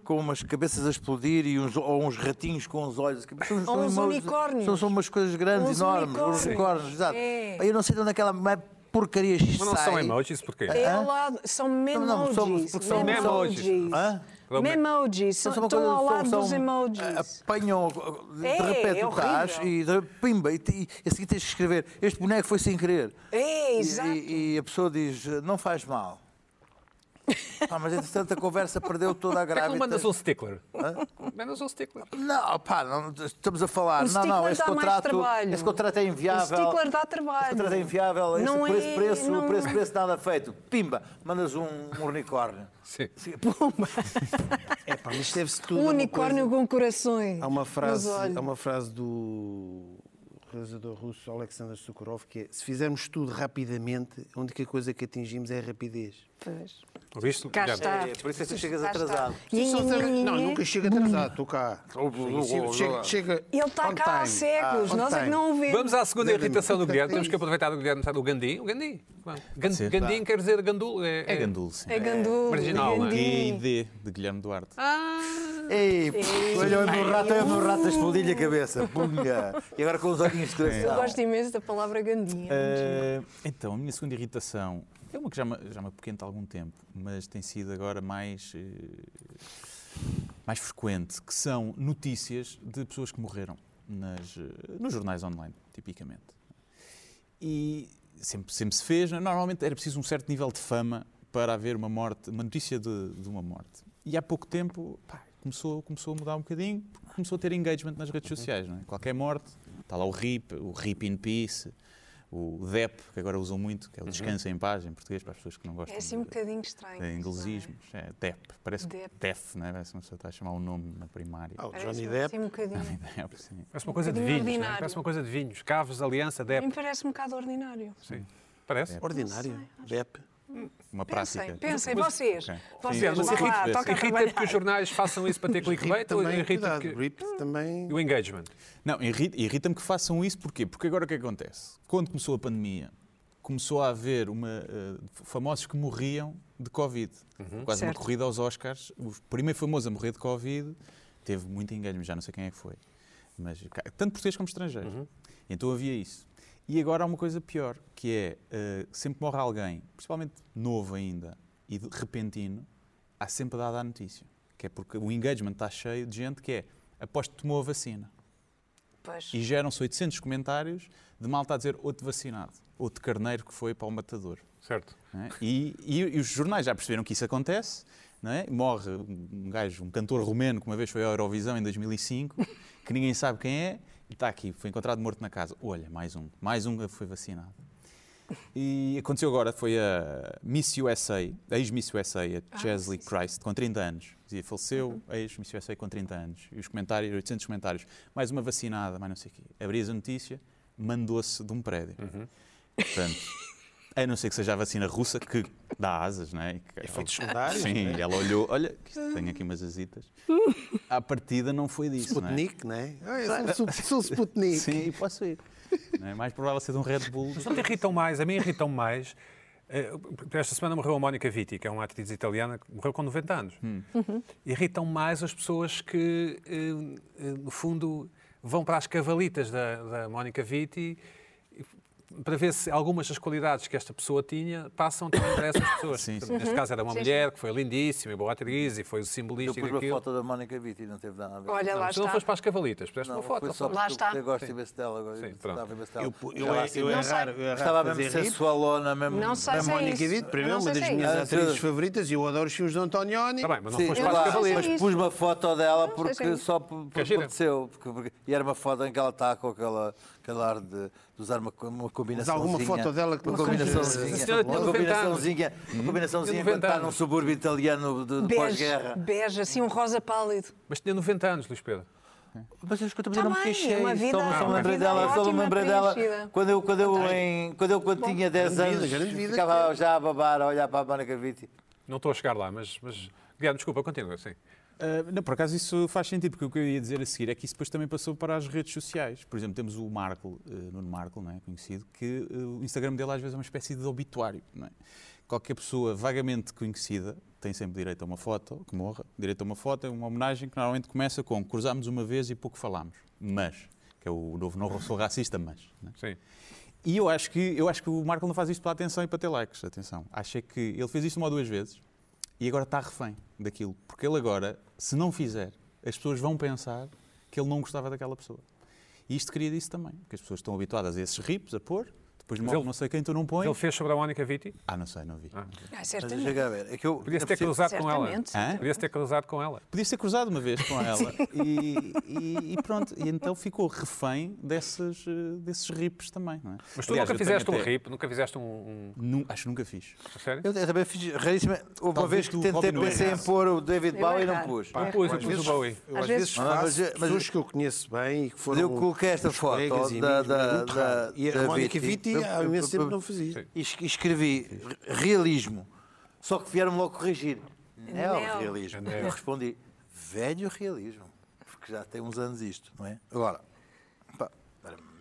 E: com umas cabeças a explodir e uns, ou uns ratinhos com os olhos. que São, são
C: uns
E: emojis-
C: unicórnios.
E: São, são umas coisas grandes,
C: Uns
E: enormes. Uns
C: unicórnios.
E: unicórnios, exato.
C: É.
E: Eu não sei de onde aquela ma- porcaria sai.
A: Mas não são emojis, porquê?
C: É ao lado, são
E: Ah, não,
C: memojis.
E: somos- porque são
A: memojis.
E: Hã?
A: Como é-
C: Memojis,
E: Não,
C: são-
E: são uma
C: estão
E: coisa-
C: ao
E: são-
C: lado
E: são- eh, Ah,
C: dos emojis.
E: Apanham, de
C: É,
E: repente
C: é
E: tu estás
C: horrível.
E: e de- pimba, e, te- e a seguir tens de escrever: Este boneco foi sem querer.
C: É,
E: E-
C: exato.
E: E, e a pessoa diz, não faz mal.
C: (laughs)
E: Ah, mas entretanto a conversa perdeu toda a
A: Porquê é que não
E: grávida.
A: mandas um stickler? Mandas um stickler.
E: Não, pá, não, estamos a falar.
C: O
E: não, não,
C: stickler
E: esse
C: dá mais
E: contrato,
C: trabalho.
E: esse contrato é
C: O
E: inviável.
C: stickler dá
E: Esse
C: trabalho.
E: contrato é inviável. Esse
C: Não
E: preço,
C: é-
E: preço,
C: não-
E: preço, preço, nada feito. Pimba, mandas um, um unicórnio.
A: Sim.
B: É pá, mas deve-se tudo. a
C: Um
B: uma
C: unicórnio
B: coisa.
C: com corações.
E: É
B: Há uma,
C: (laughs) nos
B: frase,
C: olhos.
B: há uma frase do realizador russo Alexander Sukhorov que é: se fizermos tudo rapidamente, a única coisa que atingimos é a rapidez.
C: Pois.
A: Ouviste?
C: Cá
A: Guilherme?
C: está.
E: É, por isso é que tu chegas
C: Cá Ah, está.
E: atrasado.
C: Nhe, nhe, nhe,
B: Não,
C: nhe.
B: nunca chega atrasado, estou cá. Chega, chega, chega
C: Ele está
B: on
C: cá há
B: time.
C: séculos,
B: Ah, on
C: nós é que
B: time.
C: não o vemos.
A: Vamos à segunda
B: Exatamente.
A: irritação do Guilherme. Temos que
B: Isso.
A: aproveitar o Guilherme. sabe, O Gandhi. O Gandhi. Gan-
F: ser.
A: Gandim quer dizer gandulo. É,
F: É gandulo, sim.
C: É Gandu,
A: marginal, não é?
C: Gandhi.
F: GID de Guilherme Duarte.
E: Ei, olha o meu rato, olha o meu rato a explodir-lhe a cabeça. Bunga. E agora com os olhinhos de
C: Eu
E: coração.
C: gosto imenso da palavra é Gandia.
F: Eh, então, a minha segunda irritação é uma que já me, já me apoquenta há algum tempo, mas tem sido agora mais, eh, mais frequente, que são notícias de pessoas que morreram nas, eh, nos jornais online, tipicamente. E sempre, sempre se fez, né? normalmente era preciso um certo nível de fama para haver uma morte, uma notícia de, de uma morte. E há pouco tempo pá, começou, começou a mudar um bocadinho, porque começou a ter engagement nas redes sociais. Não é? Qualquer morte, está lá o RIP, o RIP in Peace, o DEP, que agora usam muito, que é o Descanso em Paz, em português, para as pessoas que não gostam
C: É assim um
F: de-
C: bocadinho estranho.
F: de inglesismos. É, DEP, parece
C: Dep.
F: DEF, não é? Parece que uma pessoa está a chamar o nome na primária. é
B: Ah, o
C: Parece
B: Johnny
C: um-
B: Depp.
C: Assim um bocadinho.
F: Dep, sim.
A: Parece uma coisa de
C: Um bocadinho
A: vinhos. não é?
C: ordinário.
A: Parece uma coisa de vinhos. Cavos, Aliança,
C: A mim
A: DEP.
C: parece um bocado ordinário.
B: É.
A: Sim. Parece?
B: Ordinário. Depp.
F: Uma
C: Pensem,
F: prática.
C: pensem, vocês.
F: Ok.
C: Vocês,
A: Mas
C: vá lá,
A: irrita-
C: toca a
A: irrita-te que
C: trabalhar.
A: os jornais façam isso para ter clickbait ou
B: também,
A: irrita
B: cuidado,
A: que...
B: RIP
C: Hum.
B: também.
A: E o engagement?
F: Não, irri- irrita-me que façam isso, porquê? Porque agora o que é que acontece? Quando começou a pandemia, começou a haver uma, eh, famosos que morriam de Covid. Quase
C: Certo.
F: uma corrida aos Oscars. O primeiro famoso a morrer de Covid teve muito engagement, já não sei quem é que foi. Mas, ca- tanto português como estrangeiro. Então havia isso. E agora há uma coisa pior, que é, eh, sempre que morre alguém, principalmente novo ainda, e de repentino, há sempre dado à notícia. Que é porque o engagement está cheio de gente que é, aposto que tomou a vacina
C: Pois.
F: e geram-se 800 comentários de malta a dizer outro vacinado, outro carneiro que foi para o matador.
A: Certo.
F: não é? E, e- e os jornais já perceberam que isso acontece. não é? Morre um gajo, um cantor romeno que uma vez foi à Eurovisão em 2005, que ninguém sabe quem é, e está aqui, foi encontrado morto na casa. Olha, mais um, mais um que foi vacinado. E aconteceu agora, foi a Miss USA, a ex-Miss USA, a Chesley Christ, com 30 anos. Dizia, faleceu, a ex-Miss USA com 30 anos. E os comentários, 800 comentários, mais uma vacinada, mais não sei o quê. Abrias a notícia, mandou-se de um prédio.
B: Uhum. (laughs)
F: Portanto, a não ser que seja a vacina russa, que dá asas, não é? E que-
B: Efeitos secundários, é?
F: Sim, e ela olhou, olha, que isto tem aqui umas asitas. À partida não foi disso, não é?
B: Sputnik, não é? Ah, eu sou, sou Sputnik.
F: Sim, e posso ir. Não é? Mais provável ser de um Red Bull.
A: Mas não te irritam mais, a mim irritam mais. eh, Esta semana morreu a Mónica Vitti, que é uma atriz italiana que morreu com 90 anos.
F: Hum.
A: Uhum. Irritam mais as pessoas que, eh, eh, no fundo, vão para as cavalitas da, da Mónica Vitti e- para ver se algumas das qualidades que esta pessoa tinha passam também para essas pessoas.
F: Sim, sim.
A: Neste caso era uma
C: Sim,
A: mulher que foi lindíssima e boa atriz e foi o
E: Eu
A: simbolista e
E: pus uma
A: daquilo.
E: foto da Mónica Vitti, não teve nada a ver.
C: Olha
A: Não,
C: lá
A: mas tu não
C: está.
A: foste para as cavalitas, puseste uma foto.
E: foi só
C: Lá
E: porque
C: está.
E: Eu gosto imenso dela agora.
A: Sim,
E: eu
A: pronto.
E: gostava imenso dela.
B: Eu, eu,
E: Ela
B: eu,
E: assim,
B: eu é
C: Não sei.
B: raro, eu é raro
E: Estava
B: fazer
E: mesmo
B: rir.
E: sensualona mesmo.
C: Não sei
B: A
C: se é
B: Mónica
C: isso.
B: Vitti, para mim, é
C: Não sei
B: uma das
C: se é
B: minhas
C: isso.
B: atrizes
E: Ah,
B: favoritas e eu adoro os filmes do Antonioni.
A: Está Tá bem, mas não
E: Sim,
A: foste
E: eu
A: para as
E: lá-
A: cavalitas.
E: mas pus uma foto dela porque
C: sei se é isso.
E: só por-
A: é
E: porque
A: gira.
E: aconteceu. Porque, porque- e era uma foto em que ela está com aquela, aquele ar de, de usar uma, co- uma combinação.
B: alguma foto dela que
E: uma
B: não combina?
E: combinaçãozinha.
A: A senhora tinha
E: Uma
A: 90 anos.
E: combinaçãozinha. Uma combinaçãozinha
A: Tinha
E: quando
A: 90
E: está num
A: anos.
E: subúrbio italiano de, de
C: Bege,
E: pós-guerra.
C: bege, assim um rosa pálido.
A: Mas tinha 90 anos, Luís Pedro.
E: Mas eu escuta, mas
C: Tá
E: eu não me
C: bem,
E: queixei.
C: uma vida-
E: só, só
C: uma
E: me lembrei
C: vida
E: dela, só me
C: ótima,
E: lembrei dela
C: preenchida.
E: quando eu, quando eu, em, quando eu quando tinha 10
B: grande vida,
E: anos
B: grande vida.
E: ficava já a babar, a olhar para a Mónica Vitti.
A: Não estou a chegar lá, mas. mas... Guilherme, desculpa, continua, sim.
F: Ah, não, por acaso isso faz sentido, porque o que eu ia dizer a seguir é que isso depois também passou para as redes sociais. Por exemplo, temos o Marco, eh, Nuno Marco, não é? conhecido, que eh, o Instagram dele às vezes é uma espécie de obituário. Não é? Qualquer pessoa vagamente conhecida tem sempre direito a uma foto, que morra, direito a uma foto, é uma homenagem que normalmente começa com cruzámos uma vez e pouco falámos, mas, que é o novo não sou racista, mas. não é?
A: sim.
F: E eu acho que eu acho que o Marco não faz isto para atenção e para ter likes, atenção. Acho é que ele fez isto uma ou duas vezes e agora está refém daquilo, porque ele agora, se não fizer, as pessoas vão pensar que ele não gostava daquela pessoa. E isto queria disso também, que as pessoas estão habituadas a esses rips a pôr, depois morre
A: ele-
F: não sei quem tu não
A: Mas
F: põe.
A: Ele fez sobre a Mónica Vitti?
F: Ah, não sei, não vi.
A: Ah.
C: Ah,
E: Mas eu
C: certamente.
E: chego a ver. É que eu,
A: Podia-se ter
E: é preciso-
A: cruzado com ela.
C: Certamente.
F: Hã?
A: Podia-se ter cruzado com ela.
F: Podias ter cruzado uma vez
A: (laughs)
F: com ela e, e- e pronto, e então ficou refém desses, eh, desses rips também, não é?
A: Mas tu
F: Aliás, eu
A: nunca
F: tenho
A: fizeste um
F: até-
A: rip, nunca fizeste um. um...
F: Nu- acho que nunca fiz.
A: Sério?
E: Eu, eu também fiz raríssima. Houve uma
F: Talvez
E: vez que
F: do
E: tentei
F: Robin
E: pensei em
F: Williams.
E: pôr o David
C: É
E: Bowie e não
C: verdade.
E: pus.
A: Ah, pus, eu
B: Às
A: pus o
B: vezes,
A: Bowie.
B: eu
C: Às
B: às
C: vezes
B: vezes
E: faço.
B: faço,
E: Mas eu- mas
B: pessoas
E: eu-
B: que eu conheço bem e que
E: Mas
B: foram...
E: eu coloquei esta
B: meus colegas
E: foto
B: e
E: da,
B: amigos, mas é
E: da,
B: muito
E: da,
B: raro. E
E: da
B: a Mónica Vitti
E: Eu-
B: há
E: eu-
B: imenso tempo
E: eu-
B: não fazia.
A: Sim.
E: e es- e escrevi re- realismo. Só que vieram-me logo corrigir. Neorrealismo.
A: Neo.
E: Eu respondi, velho realismo. Porque já tem uns anos isto, não é? Agora, pá,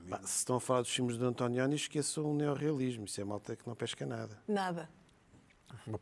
B: Pá, se estão a falar dos filmes do Antonioni, esqueçam o neorrealismo. Isso é malta que não pesca nada.
C: Nada.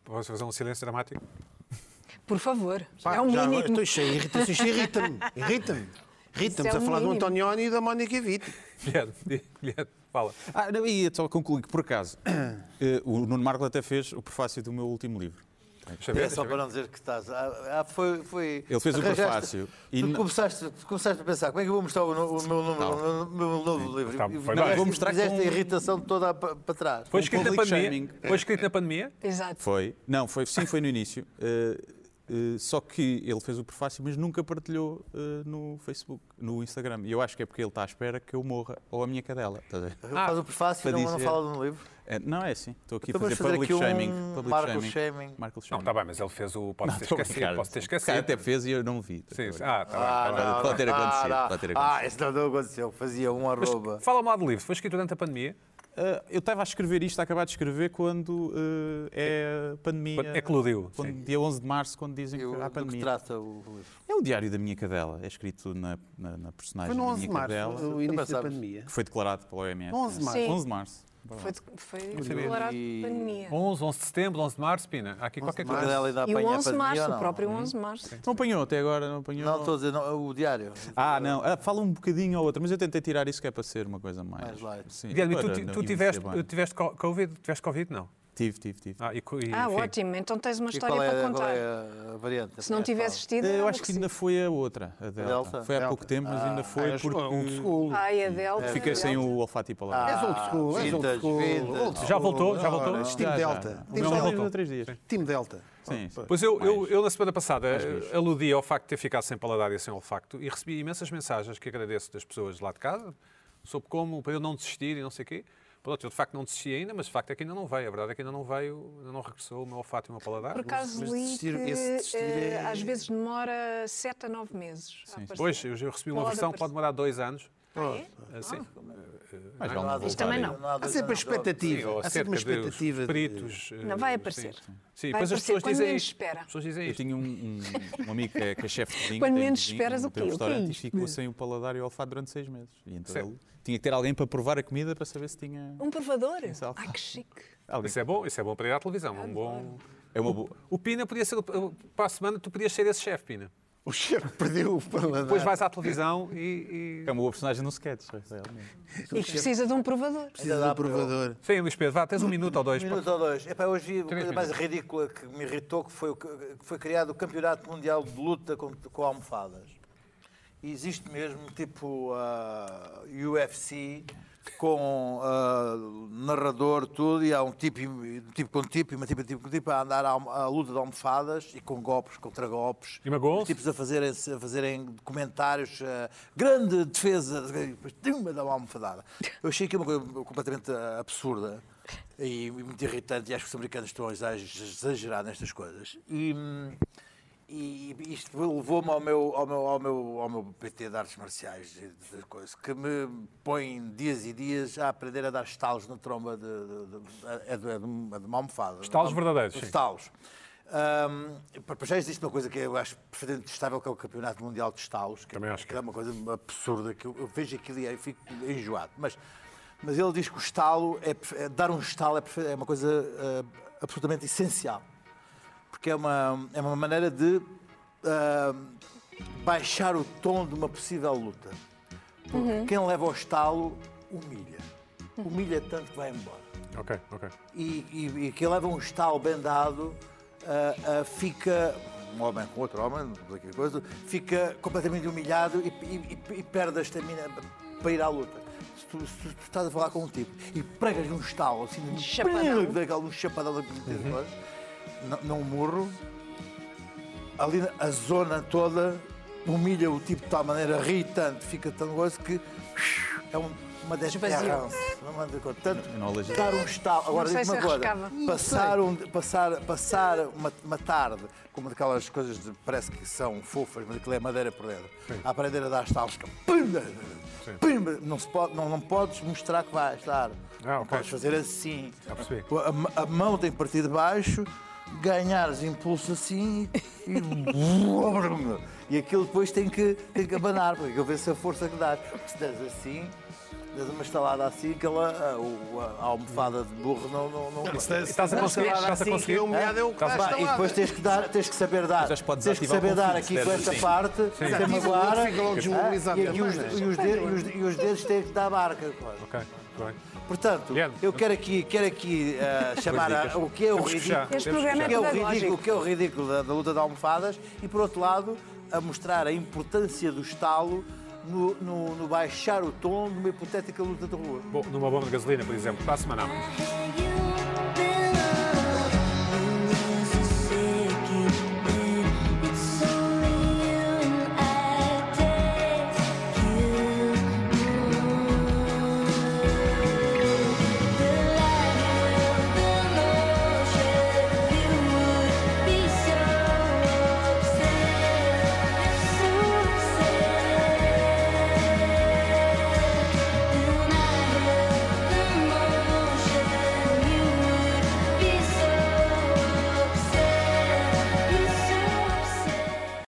A: Posso fazer um silêncio dramático? (laughs)
C: Por favor.
B: Pá,
C: é o
B: já
C: mínimo.
B: agora Estou cheio de irritações. Isto irrita-me. Irrita-me. Irrita-me.
C: Isso
B: a
C: é o
B: falar do
C: mínimo.
B: Antonioni e da Mónica Vitti.
A: Guilherme, di- Guilherme, fala.
F: Ah, não, e só concluir que, por acaso, (coughs) eh, o Nuno Marco até fez o prefácio do meu último livro.
A: Deixa eu ver,
E: é
A: deixa
E: só
A: eu ver.
E: para não dizer que estás. Ah, ah, foi, foi,
F: Ele fez o
E: arranjaste-
F: prefácio e
E: tu
F: n-
E: começaste, tu começaste a pensar como é que eu vou mostrar o, no- o meu, número,
F: Tal.
E: o meu novo livro.
A: Tá,
E: E
A: foi
E: fizeste-
A: bem.
F: Vou mostrar
E: fizeste
F: com- um-
E: a irritação toda pa- para trás.
A: Foi
F: Com
A: escrito, na
F: public
A: pandemia?
F: shaming.
A: Foi escrito na pandemia?
C: Exato.
F: Foi? Não, foi, sim, foi no início. (coughs) Eh, eh, só que ele fez o prefácio, mas nunca partilhou eh, no Facebook, no Instagram. E eu acho que é porque ele está à espera que eu morra ou a minha cadela. estás a ver?
E: Ele faz o prefácio e
F: para
E: não, não
B: é.
F: dizer-
E: fala de um livro.
F: Eh, não é assim. Estou aqui
E: Então
F: a fazer,
E: vamos fazer
F: public
E: aqui um
F: shaming. Public
E: Marco
F: shaming.
E: shaming.
F: Marco
A: Não,
F: shaming.
A: está bem, mas ele fez o. Posso ter
F: Estou a
A: esquecido.
F: brincar.
A: Posso ter
F: Se calhar
A: esquecido.
F: até fez e eu não vi.
A: Sim, sim.
F: Estou a
A: Ah, está bem.
F: não. Pode ter acontecido,
E: Ah,
F: pode ter
E: ah,
F: acontecido.
E: isso não, não aconteceu. Fazia um arroba.
A: Fala-me lá do livro. Foi escrito durante a pandemia?
F: Eh,
D: ah, eu estava a escrever isto, a acabar de escrever, quando ah, é a pandemia.
A: É Clodil.
D: quando- dia 11 de março, quando dizem
E: Eu,
D: que há
E: do que
D: pandemia.
E: trata o livro?
D: É o diário da minha cadela, é escrito na, na, na personagem
B: Foi no
D: da
B: 11
D: minha
B: de março,
D: cadela,
B: o início da
E: sabes.
B: pandemia.
D: que foi declarado pela OMS.
B: 11 de março.
C: Sim.
D: 11 de março.
C: Foi, foi declarado
E: E-
C: pandemia.
A: 11, 11 de setembro, 11 de março, Pina. Há aqui qualquer
E: A
A: coisa.
E: Adela ainda
C: E o
E: apanha a
C: 11 de
E: pandemia
C: março,
E: ou não?
C: o próprio 11 de março.
D: Não apanhou até agora, não apanhou.
E: Não, estou a dizer, não, o diário.
D: Ah, não, ah, fala um bocadinho ou outra, mas eu tentei tirar isso que é para ser uma coisa mais.
E: Mais light.
D: Sim,
A: Guilherme, tu,
D: para
A: ti-
D: não
A: tu
D: envelhecer
A: tiveste,
D: bem.
A: tiveste co- Covid? Tiveste Covid, não?
D: Tive, tive, tive.
A: Ah, e, co- e,
C: Ah,
A: enfim.
C: ótimo. Então tens uma
E: E
C: história
E: qual é,
C: para
E: qual
C: contar.
E: é a variante?
C: Se não é tivesses tido.
D: Eh, eu
C: era
D: acho que
C: sim.
D: ainda foi a outra, a Delta.
E: Delta?
D: Foi há
B: Delta.
D: pouco tempo, mas ainda foi
B: Ah,
D: porque um
B: Old school.
C: Ai, a
F: É.
C: Delta.
D: fiquei sem
F: um
D: o olfato e paladar.
B: És old school, és old
E: vintage,
B: school.
E: vintage.
B: old
A: Já
B: school.
A: voltou? Já voltou?
B: Ora,
A: Já,
B: Time
D: Já, já.
B: Delta.
D: O
B: Time
D: meu
B: Delta.
D: voltou. há três dias.
B: Time Delta.
D: Sim, sim.
A: Pois eu, eu,
D: Mais-
A: eu, na semana passada eh,
D: bicho.
A: aludi ao facto de ter ficado sem paladar e sem olfacto e recebi imensas mensagens que agradeço das pessoas lá de casa sobre como para eu não desistir e não sei o quê. Pronto, eu de facto não desisti ainda, mas de facto é que ainda não veio. A verdade é que ainda não veio, ainda não regressou o meu olfato e o meu paladar.
C: Por acaso
B: Mas
C: li
B: desistir-
C: que
B: esse desistir
C: eh,
B: é-
C: às vezes demora 7 a 9 meses. a aparecer.
A: Pois, eu, eu recebi uma
C: Paladar
A: versão que
C: parece-
A: pode demorar dois anos.
C: Ah, é?
A: Ah, sim. é
D: Mas vale um não
C: Isto também
D: voltar
C: não.
B: Há sempre a
A: Sim,
B: expectativa.
A: ou
B: Há sempre uma
A: acerca dos
B: expectativa. de-
A: peritos. eh,
C: Não vai
A: sim.
C: aparecer.
A: Sim,
C: Vai
A: depois as
C: aparecer
A: pessoas
C: quando
A: dizem
C: menos
A: isto.
C: espera.
A: As pessoas dizem
D: Eu
A: isto.
D: tinha um, um- um amigo que é, que é chefe de cozinha.
C: Quando
D: tem um
C: menos
D: cozinho,
C: esperas, o
D: tem um
C: quê? O que é
D: restaurante e
C: isto?
D: ficou sem o paladar e o olfato durante seis meses. E então
A: Certo.
D: ele tinha que ter alguém para provar a comida para saber se tinha.
C: Um provador?
D: Exato.
C: Ai, que chique.
D: Alguém.
A: Isso é bom, isso é bom para ir à televisão. é Um bom...
D: É uma boa.
A: O Pina podia ser, o- para a semana, tu podias ser esse chefe, Pina.
B: O cheiro perdeu o paladar.
A: Depois vais à televisão e.
D: É uma boa personagem no sketch, realmente.
C: E que precisa de um provador.
B: Precisa de um provador.
A: e... Sim, Luís Pedro, vá, tens um minuto ou dois.
E: Um minuto ou dois. Epá, hoje vi uma
A: Três
E: coisa mais ridícula que me irritou, que foi, o que que foi criado o Campeonato Mundial de Luta com, com almofadas. E existe mesmo, tipo, a UFC, com ah, narrador, tudo, e há um tipo, e- tipo com tipo, e uma tipo, tipo com tipo, a andar à, almo- à luta de almofadas, e com golpes, contra golpes. Tipo,
A: E magoam-se?
E: Os tipos a fazerem, a fazerem comentários, ah, grande defesa, e depois, tum, dá uma almofadada. Eu achei aquilo uma coisa completamente ah, absurda e muito irritante, e acho que os americanos estão a exager- exagerar nestas coisas. E, hum, e isto levou-me ao meu, ao, meu, ao, meu, ao meu PT de artes marciais, e de coisa, que me põe dias e dias a aprender a dar estalos na tromba de, de, de, é de, é de uma- de uma almofada.
A: Estalos verdadeiros, sim.
E: Estalos. Hum, para para já existe uma coisa que eu acho perfeitamente testável, que é o Campeonato Mundial de Estalos, que,
A: Também acho que
E: é uma coisa absurda, que eu, eu vejo aquilo e aí fico enjoado. Mas, mas ele diz que o estalo, é, perfe- é- dar um estalo é, perfe- é uma coisa ah, absolutamente essencial, porque é uma, é uma maneira de ah, baixar o tom de uma possível luta. Porque quem leva ao estalo humilha. Humilha tanto que vai embora
A: Ok, ok.
E: e, e, e que leva um estalo bem dado, ah, ah, fica. Um homem com outro homem, não sei que coisa, fica completamente humilhado e, e- e- e perde a estamina para ir à luta. Se tu, se tu- tu estás a falar com um tipo e pregas um estalo assim, um
C: Chapadão.
E: daquele um chapadão da
D: Uhum.
E: coisas, não- não morro, ali a zona toda humilha o tipo de tal maneira, ri tanto, fica tão gozo que é um- uma desterrança. Uma de- Portanto,
D: não elegi.
E: dar um estalo. Agora,
C: sei
E: digo uma
C: se
E: coisa:
C: arriscava.
E: passar, um- passar, passar uma, uma tarde, como daquelas coisas de, parece que são fofas, mas aquilo é madeira por dentro, a aprender a dar estalos que. Pimba! Pimba! Não, se pode, não, não podes mostrar que vais dar.
A: Ah,
E: Não
A: ok.
E: podes fazer assim.
A: percebi.
E: A, a mão tem que partir de baixo, ganhares impulso assim e. brum. e aquilo depois tem que, tem que abanar, porque aquilo vê-se a força que dás. Porque se des assim, des uma estalada assim, aquela a, o- a- a almofada de burro não. não, não
A: Estás a conseguir? Estás a conseguir?
B: humilhado é o que
A: Estás-
E: Pá, e depois tens que, dar, tens que saber dar.
D: acho que podes
E: Tens que
D: ativar
E: saber
D: o
E: dar
D: conflito,
E: aqui com
D: deve-
E: esta
D: sim.
E: parte, sem magoar.
B: Fica logo
E: ah,
B: desmobilizado
E: E aqui
B: também,
E: os-
B: não é?
E: e os dedos- e os- e os dedos têm que dar barca. claro.
A: Ok, muito bem.
E: Portanto,
A: Guilherme.
E: eu quero aqui, quero aqui ah, chamar a- o que é o
A: Temos que fechar.
E: ridículo.
A: Temos
C: Este programa
E: O
C: é
E: que é o ridículo, o
C: pedagógico.
E: que é o ridículo da, da luta de almofadas e, por outro lado, a mostrar a importância do estalo no, no- no baixar o tom de uma hipotética luta de rua.
A: Bom, numa bomba de gasolina, por exemplo, para a semana. há mais.
G: I hear you